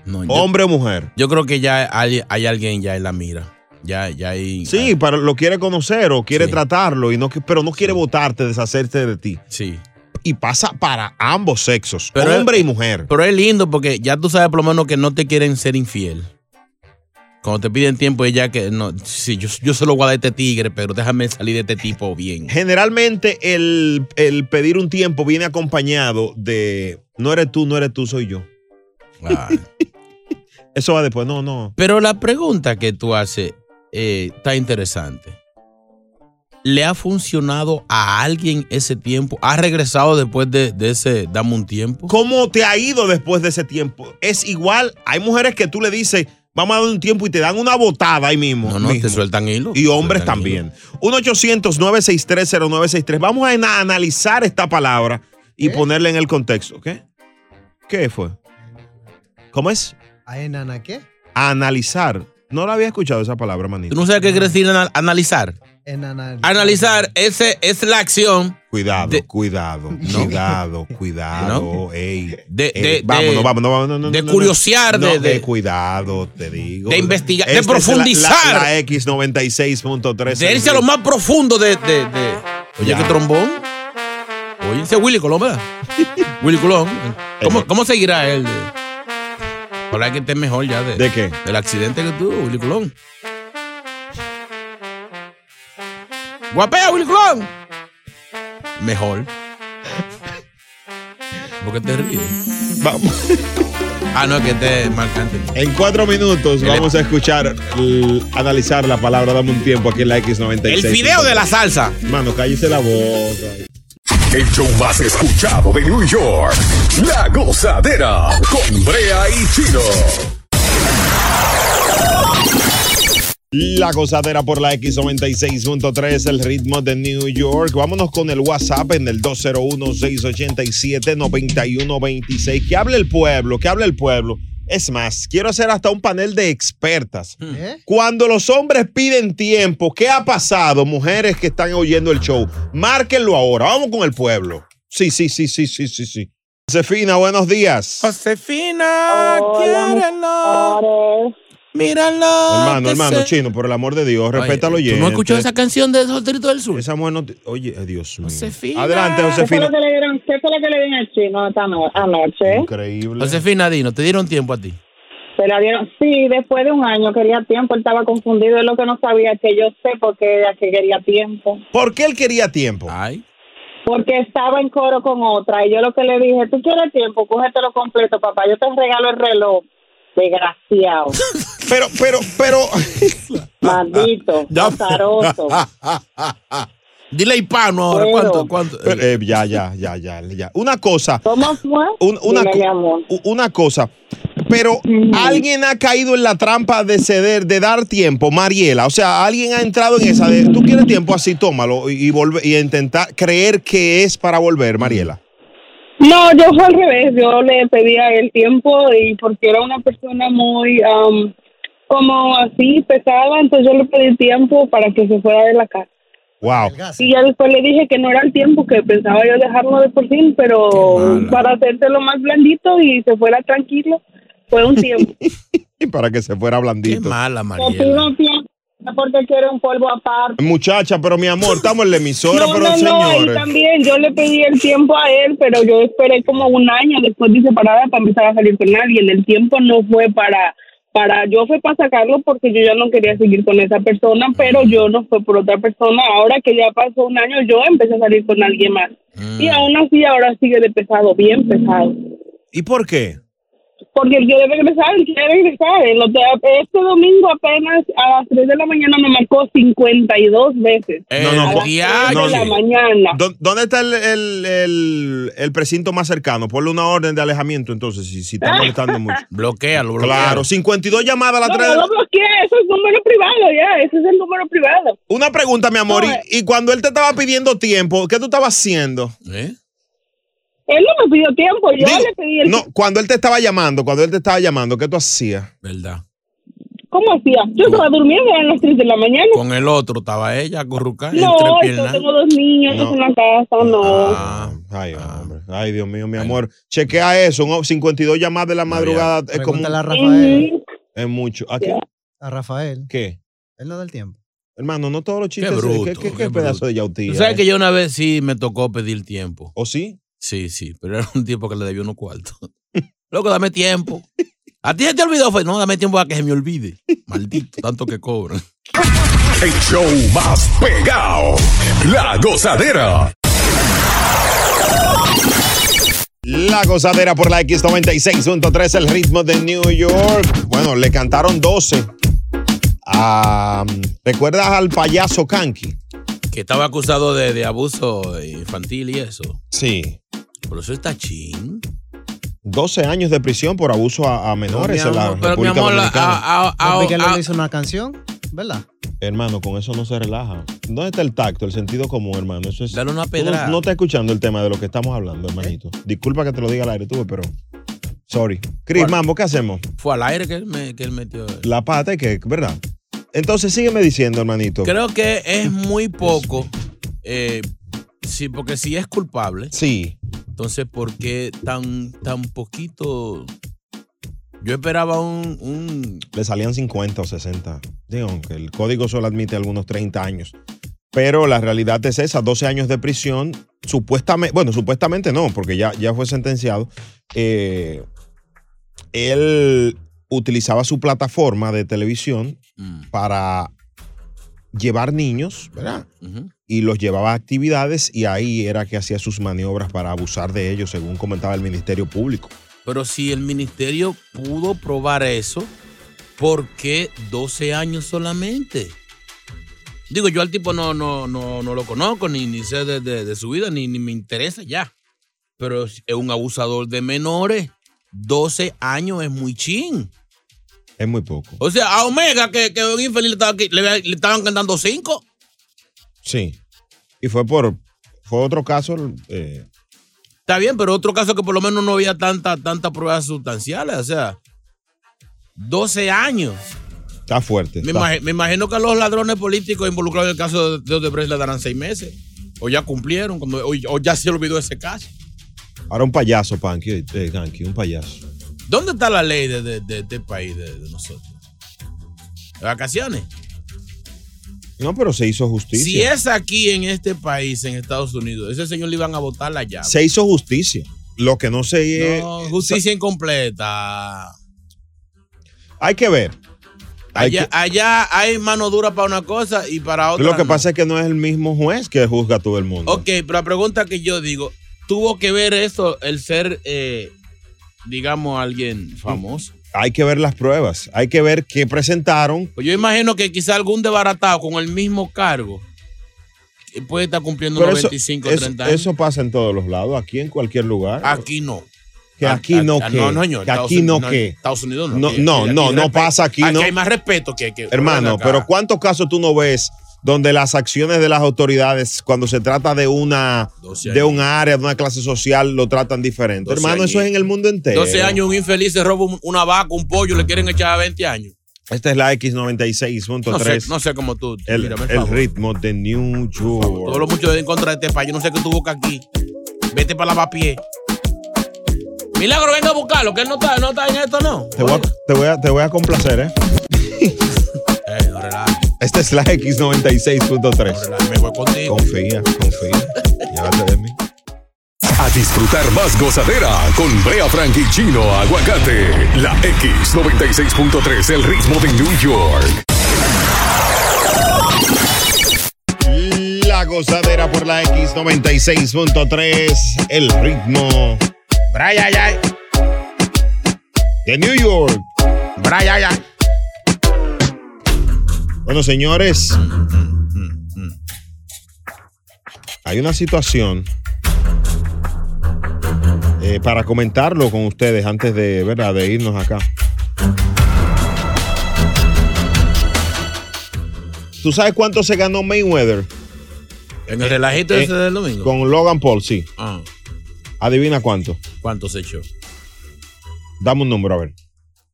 Speaker 2: No, yo-
Speaker 1: Hombre o mujer.
Speaker 2: Yo creo que ya hay, hay alguien ya en la mira. Ya, ya hay.
Speaker 1: Sí, para, lo quiere conocer o quiere tratarlo, y no, que- pero no quiere votarte, deshacerte de ti.
Speaker 2: Sí.
Speaker 1: Y pasa para ambos sexos, hombre y mujer.
Speaker 2: Pero es lindo porque ya tú sabes por lo menos que no te quieren ser infiel. Cuando te piden tiempo, es ya que no, sí, yo, yo se lo voy a dar a este tigre, pero déjame salir de este tipo
Speaker 1: (laughs)
Speaker 2: bien.
Speaker 1: Generalmente el, el pedir un tiempo viene acompañado de no eres tú, no eres tú, soy yo. Eso va después, no, no.
Speaker 2: Ah. Pero la pregunta que tú haces eh, está interesante. ¿Le ha funcionado a alguien ese tiempo? ¿Ha regresado después de, de ese dame un tiempo?
Speaker 1: ¿Cómo te ha ido después de ese tiempo? Es igual, hay mujeres que tú le dices, vamos a dar un tiempo y te dan una botada ahí mismo.
Speaker 2: No, no, te
Speaker 1: mismo.
Speaker 2: sueltan hilo.
Speaker 1: Y hombres también. 1-800-963-0963. Vamos a ana- analizar esta palabra y ponerla en el contexto. ¿Qué? ¿Qué fue? ¿Cómo es?
Speaker 5: ¿Aenana qué?
Speaker 1: Analizar. No la había escuchado esa palabra, manito.
Speaker 2: ¿Tú no sabes qué quiere decir anal- analizar?
Speaker 5: Enana.
Speaker 2: Analizar ese, es la acción.
Speaker 1: Cuidado, cuidado,
Speaker 2: (laughs)
Speaker 1: cuidado, cuidado. Ey,
Speaker 2: De,
Speaker 1: ey,
Speaker 2: de-
Speaker 1: vámonos,
Speaker 2: de-
Speaker 1: vámonos, vámonos. no, no,
Speaker 2: de
Speaker 1: no, no.
Speaker 2: curiosear, de-
Speaker 1: No,
Speaker 2: de-
Speaker 1: eh, cuidado, te digo.
Speaker 2: de investigar, de
Speaker 1: Esta es la- la-
Speaker 2: profundizar.
Speaker 1: La, X96.3.
Speaker 2: De irse a lo más profundo de. de- de- Oye, qué trombón. Oye, ese es Willy Colón, ¿verdad? Willy Colón. ¿Cómo, cómo seguirá él? Ojalá que esté mejor ya. ¿De,
Speaker 1: qué?
Speaker 2: Del accidente que tuvo, Willy Colón. ¡Guapea, Willy Colón! Mejor. ¿Por qué te ríes?
Speaker 1: Vamos.
Speaker 2: Ah, no, que este es Marc Anthony.
Speaker 1: En cuatro minutos vamos a escuchar, l- analizar la palabra. Dame un tiempo aquí en la X96.
Speaker 2: El fideo de la salsa.
Speaker 1: Mano, cállese la boca.
Speaker 3: El show más escuchado de New York. La gozadera con Brea y Chino.
Speaker 1: La gozadera por la X96.3, el ritmo de New York. Vámonos con el WhatsApp en el 201-687-9126. Que hable el pueblo, que hable el pueblo. Es más, quiero hacer hasta un panel de expertas.
Speaker 2: Hmm. ¿Eh?
Speaker 1: Cuando los hombres piden tiempo, ¿qué ha pasado, mujeres que están oyendo el show? Márquenlo ahora, vamos con el pueblo. Sí, sí, sí, sí, sí, sí, sí. Josefina, buenos días.
Speaker 2: Josefina,
Speaker 16: quiérelo.
Speaker 2: Míralo.
Speaker 1: Hermano,
Speaker 2: que
Speaker 1: hermano,
Speaker 2: se-
Speaker 1: chino, por el amor de Dios, respétalo
Speaker 2: Oye,
Speaker 1: ya.
Speaker 2: eh, ¿tú no escuchó esa canción de Solterito del Sur?
Speaker 1: Esa mujer no. te- Oye, eh, Dios mío.
Speaker 2: Josefina.
Speaker 1: Adelante, Josefina.
Speaker 16: ¿Qué fue lo que le dieron, qué fue lo que le dieron al chino esta no- anoche?
Speaker 1: Increíble.
Speaker 2: Josefina, Dino, ¿te dieron tiempo a ti?
Speaker 16: Se la dieron, sí, después de un año quería tiempo, él estaba confundido, es lo que no sabía, que yo sé por qué era que quería tiempo.
Speaker 1: ¿Por qué él quería tiempo?
Speaker 2: Ay.
Speaker 16: Porque estaba en coro con otra y yo lo que le dije, tú quieres tiempo, cógetelo completo, papá, yo te regalo el reloj. Desgraciado.
Speaker 1: Pero, pero, pero. (laughs) Ah,
Speaker 16: Maldito, azaroso.
Speaker 2: Dile hispano ahora,
Speaker 16: Pero-
Speaker 2: ¿cuánto? cuánto?
Speaker 1: Pero, eh, ya, ya, ya, ya, ya. Una cosa.
Speaker 16: ¿Cómo fue?
Speaker 1: Un- una,
Speaker 16: Dime,
Speaker 1: co-
Speaker 16: mi amor.
Speaker 1: u- una cosa. Pero alguien ha caído en la trampa de ceder, de dar tiempo, Mariela. O sea, alguien ha entrado en esa de tú quieres tiempo, así tómalo y, y volve- y intentar creer que es para volver, Mariela.
Speaker 16: No, yo fue al revés, yo le pedía el tiempo y porque era una persona muy am, como así pesada, entonces yo le pedí tiempo para que se fuera de la casa.
Speaker 1: Wow.
Speaker 16: Y ya después le dije que no era el tiempo, que pensaba yo dejarlo de por fin, pero para hacérselo más blandito y se fuera tranquilo, fue un tiempo.
Speaker 1: Y para que se fuera blandito.
Speaker 2: mala,
Speaker 16: Te pido tiempo porque quiero un polvo aparte.
Speaker 1: Muchacha, pero mi amor, estamos en la emisora,
Speaker 16: No,
Speaker 1: pero
Speaker 16: no, no, y
Speaker 1: señores.
Speaker 16: también yo le pedí el tiempo a él, pero yo esperé como un año después de separada para empezar a salir con alguien. El tiempo no fue para, para, yo fue para sacarlo porque yo ya no quería seguir con esa persona, pero yo no fue por otra persona. Ahora que ya pasó un año, yo empecé a salir con alguien más. Y aún así, ahora sigue de pesado, bien pesado.
Speaker 1: ¿Y por qué?
Speaker 16: Porque él quiere regresar, él quiere regresar. Él lo te- este domingo apenas a las 3 de la mañana me marcó 52 veces.
Speaker 2: Eh,
Speaker 1: No, no,
Speaker 16: a
Speaker 1: cu-
Speaker 16: las 3
Speaker 1: no,
Speaker 16: de la
Speaker 1: no.
Speaker 16: mañana.
Speaker 1: ¿Dó- ¿Dónde está el, el- el- el precinto más cercano? Ponle una orden de alejamiento entonces, si, si está
Speaker 16: (laughs)
Speaker 1: molestando mucho.
Speaker 2: Bloquealo,
Speaker 1: Claro, 52 llamadas a las
Speaker 16: No,
Speaker 1: 3
Speaker 16: no lo bloqueé, eso es número privado ya, ese es el número privado.
Speaker 1: Una
Speaker 16: eh.
Speaker 1: pregunta, mi amor, y, y cuando él te estaba pidiendo tiempo, ¿qué tú estabas haciendo?
Speaker 2: ¿Eh?
Speaker 16: Él no me pidió tiempo, yo
Speaker 1: Digo,
Speaker 16: le pedí el
Speaker 1: No, cuando él te estaba llamando, cuando él te estaba llamando, ¿qué tú hacías?
Speaker 2: ¿Verdad?
Speaker 16: ¿Cómo hacía? Yo estaba durmiendo a las 3 de la mañana.
Speaker 2: Con el otro estaba ella, acurrucada,
Speaker 16: No,
Speaker 2: entre
Speaker 16: yo
Speaker 2: piernas. Ah.
Speaker 16: tengo dos niños
Speaker 1: No.
Speaker 16: en la casa, no.
Speaker 1: Ay, hombre. Ay, Dios mío, mi amor. Chequea eso, ¿no? 52 llamadas de la madrugada. Es Eh, como.
Speaker 5: Pregúntale a Rafael.
Speaker 1: Es mucho. ¿A qué?
Speaker 5: A Rafael.
Speaker 1: ¿Qué?
Speaker 5: Él no da el tiempo.
Speaker 1: Hermano, no todos los chistes.
Speaker 2: Qué
Speaker 1: se-
Speaker 2: bruto,
Speaker 1: ¿Qué, qué-
Speaker 2: qué
Speaker 1: qué pedazo de
Speaker 2: Tú
Speaker 1: yautía?
Speaker 2: sabes
Speaker 1: eh?
Speaker 2: que yo una vez sí me tocó pedir tiempo.
Speaker 1: ¿O sí?
Speaker 2: Sí, sí, pero era un tiempo que le debió unos cuartos. (laughs) Loco, dame tiempo. A ti se te olvidó, fue. No, dame tiempo a que se me olvide. Maldito, tanto que cobran.
Speaker 3: El show más pegado. La gozadera.
Speaker 1: La gozadera por la X96.3, el ritmo de New York. Bueno, le cantaron 12. Ah, ¿Recuerdas al payaso Kanki?
Speaker 2: Que estaba acusado de, de abuso infantil y eso.
Speaker 1: Sí.
Speaker 2: Pero eso está chin.
Speaker 1: 12 años de prisión por abuso a, a menores en la República Dominicana.
Speaker 2: ah,
Speaker 5: ¿No fue que él le hizo una canción, ¿verdad?
Speaker 1: Hermano, con eso no se relaja. ¿Dónde está el tacto, el sentido común, hermano? Eso es.
Speaker 2: Dale una
Speaker 1: Tú no-
Speaker 2: pedrada.
Speaker 1: No, está escuchando el tema de lo que estamos hablando, hermanito. Disculpa que te lo diga al aire tú, pero. Sorry. Chris, mambo, ¿qué hacemos?
Speaker 2: Fue al aire que él, me- que él metió.
Speaker 1: La pata y que, ¿verdad? Entonces sígueme diciendo, hermanito.
Speaker 2: Creo que es muy poco. eh, sí, porque si es culpable.
Speaker 1: Sí.
Speaker 2: Entonces, ¿por qué tan, tan poquito? Yo esperaba un- un
Speaker 1: Le salían 50 o 60. Digo, aunque el código solo admite algunos 30 años. Pero la realidad es esa, 12 años de prisión, supuestamente, bueno, supuestamente no, porque ya, ya fue sentenciado. Eh, él utilizaba su plataforma de televisión
Speaker 2: mm,
Speaker 1: para llevar niños, ¿verdad? Y los llevaba a actividades y ahí era que hacía sus maniobras para abusar de ellos, según comentaba el Ministerio Público.
Speaker 2: Pero si el ministerio pudo probar eso, ¿por qué 12 años solamente? Digo, yo al tipo no, no, no, no lo conozco, ni, ni sé de, de- de su vida, ni, ni me interesa ya. Pero es un abusador de menores. 12 años es muy chin.
Speaker 1: Es muy poco.
Speaker 2: O sea, a Omega, que, que un infeliz le, estaba aquí- le- le estaban cantando 5.
Speaker 1: Sí. Y fue por, fue otro caso eh,
Speaker 2: Está bien, pero otro caso que por lo menos no había tanta- tantas pruebas sustanciales. O sea, 12 años.
Speaker 1: Está fuerte.
Speaker 2: Me,
Speaker 1: está-
Speaker 2: imagi- me imagino que a los ladrones políticos involucrados en el caso de Odebrecht le darán seis meses. O ya cumplieron, como- o, o ya se olvidó ese caso.
Speaker 1: Ahora un payaso, Panky, eh, Ganky, un payaso.
Speaker 2: ¿Dónde está la ley de, de- de este país, de, de nosotros? ¿De vacaciones?
Speaker 1: No, pero se hizo
Speaker 2: Si
Speaker 1: justicia.
Speaker 2: es aquí en este país, en Estados Unidos, ese señor le iban a votar la llave.
Speaker 1: Se hizo justicia. Lo que no se... eh,
Speaker 2: No, justicia incompleta.
Speaker 1: hay que ver. Hay
Speaker 2: Allá, allá hay mano dura para una cosa y para
Speaker 1: que-
Speaker 2: otra.
Speaker 1: lo que
Speaker 2: no.
Speaker 1: pasa es que no es el mismo juez que juzga a todo el mundo.
Speaker 2: Ok, pero la pregunta que yo digo, ¿tuvo que ver eso el ser, eh, digamos, alguien famoso?
Speaker 1: Hay que ver las pruebas. Hay que ver qué presentaron.
Speaker 2: Pues yo imagino que quizá algún desbaratado con el mismo cargo eh, puede estar cumpliendo
Speaker 1: Pero
Speaker 2: unos
Speaker 1: eso,
Speaker 2: 25
Speaker 1: eso-
Speaker 2: 30 años.
Speaker 1: eso pasa en todos los lados, aquí en cualquier lugar.
Speaker 2: aquí no.
Speaker 1: que aquí no
Speaker 2: Ah,
Speaker 1: que.
Speaker 2: No, no, señor.
Speaker 1: que
Speaker 2: Estados
Speaker 1: aquí no
Speaker 2: Unidos-
Speaker 1: que.
Speaker 2: Estados Unidos no.
Speaker 1: No,
Speaker 2: Aquí-
Speaker 1: no,
Speaker 2: aquí
Speaker 1: no,
Speaker 2: hay
Speaker 1: no
Speaker 2: respeto.
Speaker 1: pasa aquí, no.
Speaker 2: Hay más respeto que. que-
Speaker 1: Hermano,
Speaker 2: acá.
Speaker 1: pero ¿cuántos casos tú no ves donde las acciones de las autoridades cuando se trata de una de un área, de una clase social, lo tratan diferente?
Speaker 2: 12
Speaker 1: Hermano, eso
Speaker 2: años.
Speaker 1: es en el mundo entero.
Speaker 2: 12 años un infeliz se roba un- una vaca, un pollo, le quieren echar a 20 años.
Speaker 1: Esta es la
Speaker 2: No sé,
Speaker 1: X96.3.
Speaker 2: no sé cómo tú.
Speaker 1: el,
Speaker 2: mírame,
Speaker 1: el
Speaker 2: por favor.
Speaker 1: ritmo de New
Speaker 2: Todo lo
Speaker 1: York.
Speaker 2: mucho en contra de este país. Yo no sé qué tú buscas aquí. Vete para lavapié. Milagro, venga a buscarlo, que él no está, no está en esto, no.
Speaker 1: Te voy, a, te, voy a, te voy a complacer, ¿eh?
Speaker 2: Eh, no relajes.
Speaker 1: Esta es la X96.3.
Speaker 2: Me voy contigo.
Speaker 1: Confía, confía. Llévate de mí.
Speaker 3: A disfrutar más gozadera con Brea Frank y Chino Aguacate. La X96.3, el ritmo de New York.
Speaker 1: La gozadera por la X96.3. El ritmo. Brian, ay. De New York. Brian, ay. Bueno, señores. Hay una situación. eh, para comentarlo con ustedes antes de, ¿verdad? de irnos acá. ¿Tú sabes cuánto se ganó Mayweather?
Speaker 2: En el relajito
Speaker 1: Eh,
Speaker 2: ese del domingo.
Speaker 1: Con Logan Paul, sí.
Speaker 2: Ah.
Speaker 1: Adivina cuánto.
Speaker 2: ¿Cuánto se echó?
Speaker 1: Dame un número, a ver.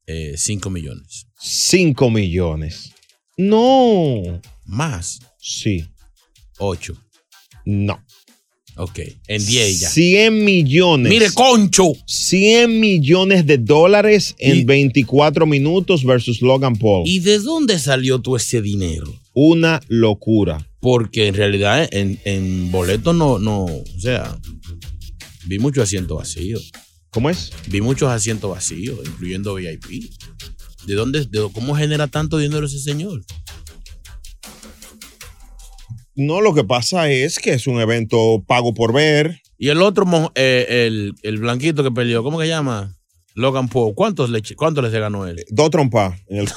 Speaker 2: Eh, cinco millones.
Speaker 1: 5 millones. No.
Speaker 2: ¿Más?
Speaker 1: Sí.
Speaker 2: Ocho.
Speaker 1: No.
Speaker 2: Ok. En diez ya.
Speaker 1: 100 millones.
Speaker 2: Mire, concho.
Speaker 1: 100 millones de dólares en 24 minutos versus Logan Paul.
Speaker 2: ¿Y de dónde salió tú ese dinero?
Speaker 1: Una locura.
Speaker 2: Porque en realidad en, en boletos no, no, o sea, vi muchos asientos vacíos.
Speaker 1: ¿Cómo es?
Speaker 2: Vi muchos asientos vacíos, incluyendo VIP. ¿De dónde, de, cómo genera tanto dinero ese señor?
Speaker 1: No, lo que pasa es que es un evento pago por ver.
Speaker 2: Y el otro, mo- eh, el, el blanquito que peleó, ¿cómo que llama? Logan Paul. ¿Cuántos le, cuántos le ganó él?
Speaker 1: Dos trompas.
Speaker 2: (laughs)
Speaker 1: en el-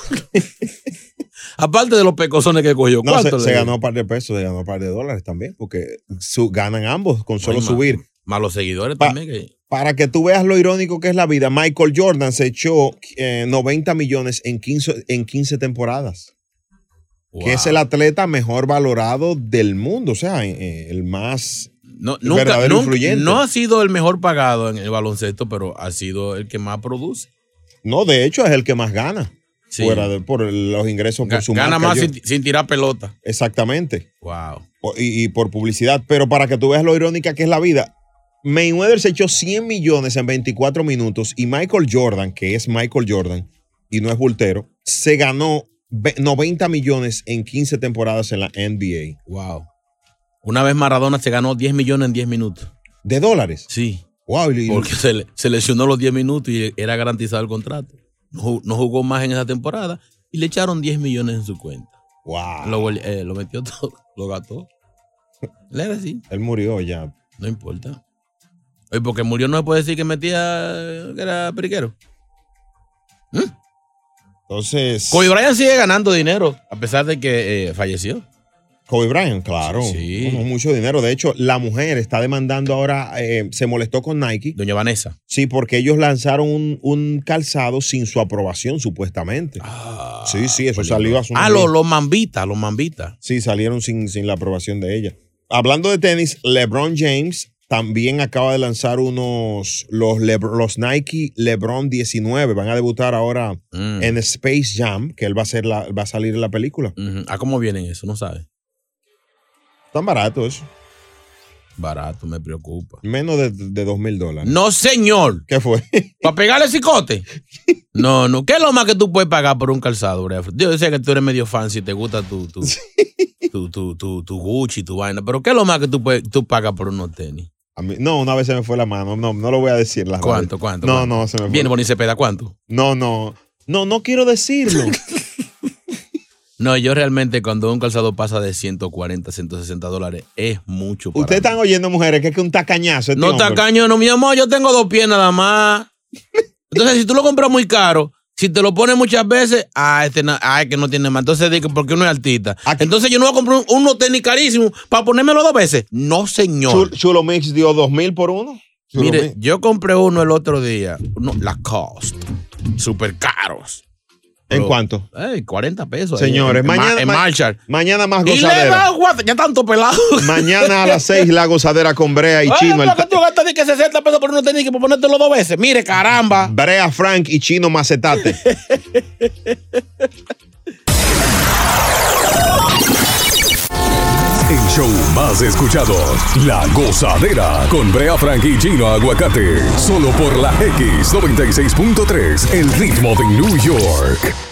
Speaker 2: Aparte de los pecosones que cogió,
Speaker 1: No, se,
Speaker 2: ¿cuántos
Speaker 1: se
Speaker 2: le
Speaker 1: ganó un par de pesos, se ganó un par de dólares también, porque su- ganan ambos con solo
Speaker 2: Ay, ma-
Speaker 1: subir.
Speaker 2: Malos seguidores también. que-
Speaker 1: Para que tú veas lo irónico que es la vida, Michael Jordan se echó eh, 90 millones en 15, en 15 temporadas. Que es el atleta mejor valorado del mundo, o sea, eh, el más
Speaker 2: No, nunca,
Speaker 1: verdadero
Speaker 2: nunca-
Speaker 1: influyente.
Speaker 2: no ha sido el mejor pagado en el baloncesto, pero ha sido el que más produce.
Speaker 1: No, de hecho es el que más gana.
Speaker 2: Sí.
Speaker 1: Fuera de- por el- los ingresos por su
Speaker 2: Gana
Speaker 1: marca,
Speaker 2: más
Speaker 1: yo-
Speaker 2: sin, sin tirar pelota.
Speaker 1: Exactamente.
Speaker 2: Wow.
Speaker 1: O- Y, y por publicidad. Pero para que tú veas lo irónica que es la vida, Mayweather se echó 100 millones en 24 minutos y Michael Jordan, que es Michael Jordan y no es Voltero, se ganó ve- 90 millones en 15 temporadas en la NBA.
Speaker 2: Wow. Una vez Maradona se ganó 10 millones en 10 minutos.
Speaker 1: ¿De dólares?
Speaker 2: Sí.
Speaker 1: Wow. y-
Speaker 2: Porque se, le- se lesionó los 10 minutos y era garantizado el contrato. No, ju- no jugó más en esa temporada y le echaron 10 millones en su cuenta.
Speaker 1: Wow.
Speaker 2: Lo, gole- eh, lo metió todo, (laughs) lo gastó. Le era así.
Speaker 1: Él murió ya.
Speaker 2: No importa. Oye, porque murió no se puede decir que metía, eh, que era periquero.
Speaker 1: Entonces.
Speaker 2: Kobe Bryant sigue ganando dinero, a pesar de que eh, falleció.
Speaker 1: Kobe Bryant, claro. Como mucho dinero. De hecho, la mujer está demandando ahora, eh, se molestó con Nike.
Speaker 2: Doña Vanessa.
Speaker 1: Sí, porque ellos lanzaron un, un calzado sin su aprobación, supuestamente. sí, sí, eso salió hace unos
Speaker 2: Ah, los
Speaker 1: días.
Speaker 2: lo mambitas, los mambitas.
Speaker 1: Sí, salieron sin, sin la aprobación de ella. Hablando de tenis, LeBron James también acaba de lanzar unos, los, Lebr- los Nike LeBron 19. Van a debutar ahora
Speaker 2: Mm.
Speaker 1: en Space Jam, que él va a, ser la- va a salir en la película.
Speaker 2: ¿A Ah, cómo vienen eso? No sabes.
Speaker 1: Tan barato eso.
Speaker 2: Barato, me preocupa.
Speaker 1: Menos de, de 2 mil dólares.
Speaker 2: No, señor.
Speaker 1: ¿Qué fue? (laughs)
Speaker 2: ¿Para pegarle cicote? No, no. ¿Qué es lo más que tú puedes pagar por un calzado, Bref? Yo sé que tú eres medio fancy y te gusta tu, tu, tu, tu, tu- tu Gucci, tu vaina. Pero ¿qué es lo más que tú, puedes, tú pagas por unos tenis?
Speaker 1: A mí- no, una vez se me fue la mano. No, no lo voy a decir. Las
Speaker 2: ¿Cuánto,
Speaker 1: veces.
Speaker 2: cuánto?
Speaker 1: No,
Speaker 2: cuánto?
Speaker 1: no, se me fue.
Speaker 2: Viene Bonnie Cepeda, ¿cuánto?
Speaker 1: No, no. No, no quiero decirlo.
Speaker 2: No, yo realmente cuando un calzado pasa de 140, 160 dólares es mucho. Para
Speaker 1: Ustedes están oyendo, mujeres, que es que un tacañazo. este
Speaker 2: No
Speaker 1: hombre.
Speaker 2: tacaño, no, mi amor, yo tengo dos pies nada más. Entonces, si tú lo compras muy caro, si te lo pones muchas veces, ah, este na- ah, es que no tiene más. Entonces, di que porque uno es artista. Entonces, yo no voy a comprar un- uno tenis carísimo para ponérmelo dos veces. No, señor.
Speaker 1: Chul- Chulo Mix dio dos mil por uno. Chulo
Speaker 2: Mire,
Speaker 1: Mix.
Speaker 2: yo compré uno el otro día, uno Lacoste, súper caros.
Speaker 1: ¿En
Speaker 2: Pero,
Speaker 1: cuánto?
Speaker 2: eh, 40 pesos. ahí
Speaker 1: Señores,
Speaker 2: en- en
Speaker 1: mañana,
Speaker 2: Ma- en
Speaker 1: ma-
Speaker 2: Marshall.
Speaker 1: mañana más
Speaker 2: Y le va
Speaker 1: gozadera.
Speaker 2: a guardar- ya tanto pelado.
Speaker 1: Mañana a las seis la gozadera con Brea y
Speaker 2: Oye,
Speaker 1: Chino. el
Speaker 2: pero que tú gastas de que 60 pesos por uno tenis que por ponértelo dos veces. Mire, caramba.
Speaker 1: Brea, Frank y Chino Macetate.
Speaker 3: El show más escuchado, La Gozadera, con Brea Frank y Gino Aguacate, solo por la X96.3, el ritmo de New York.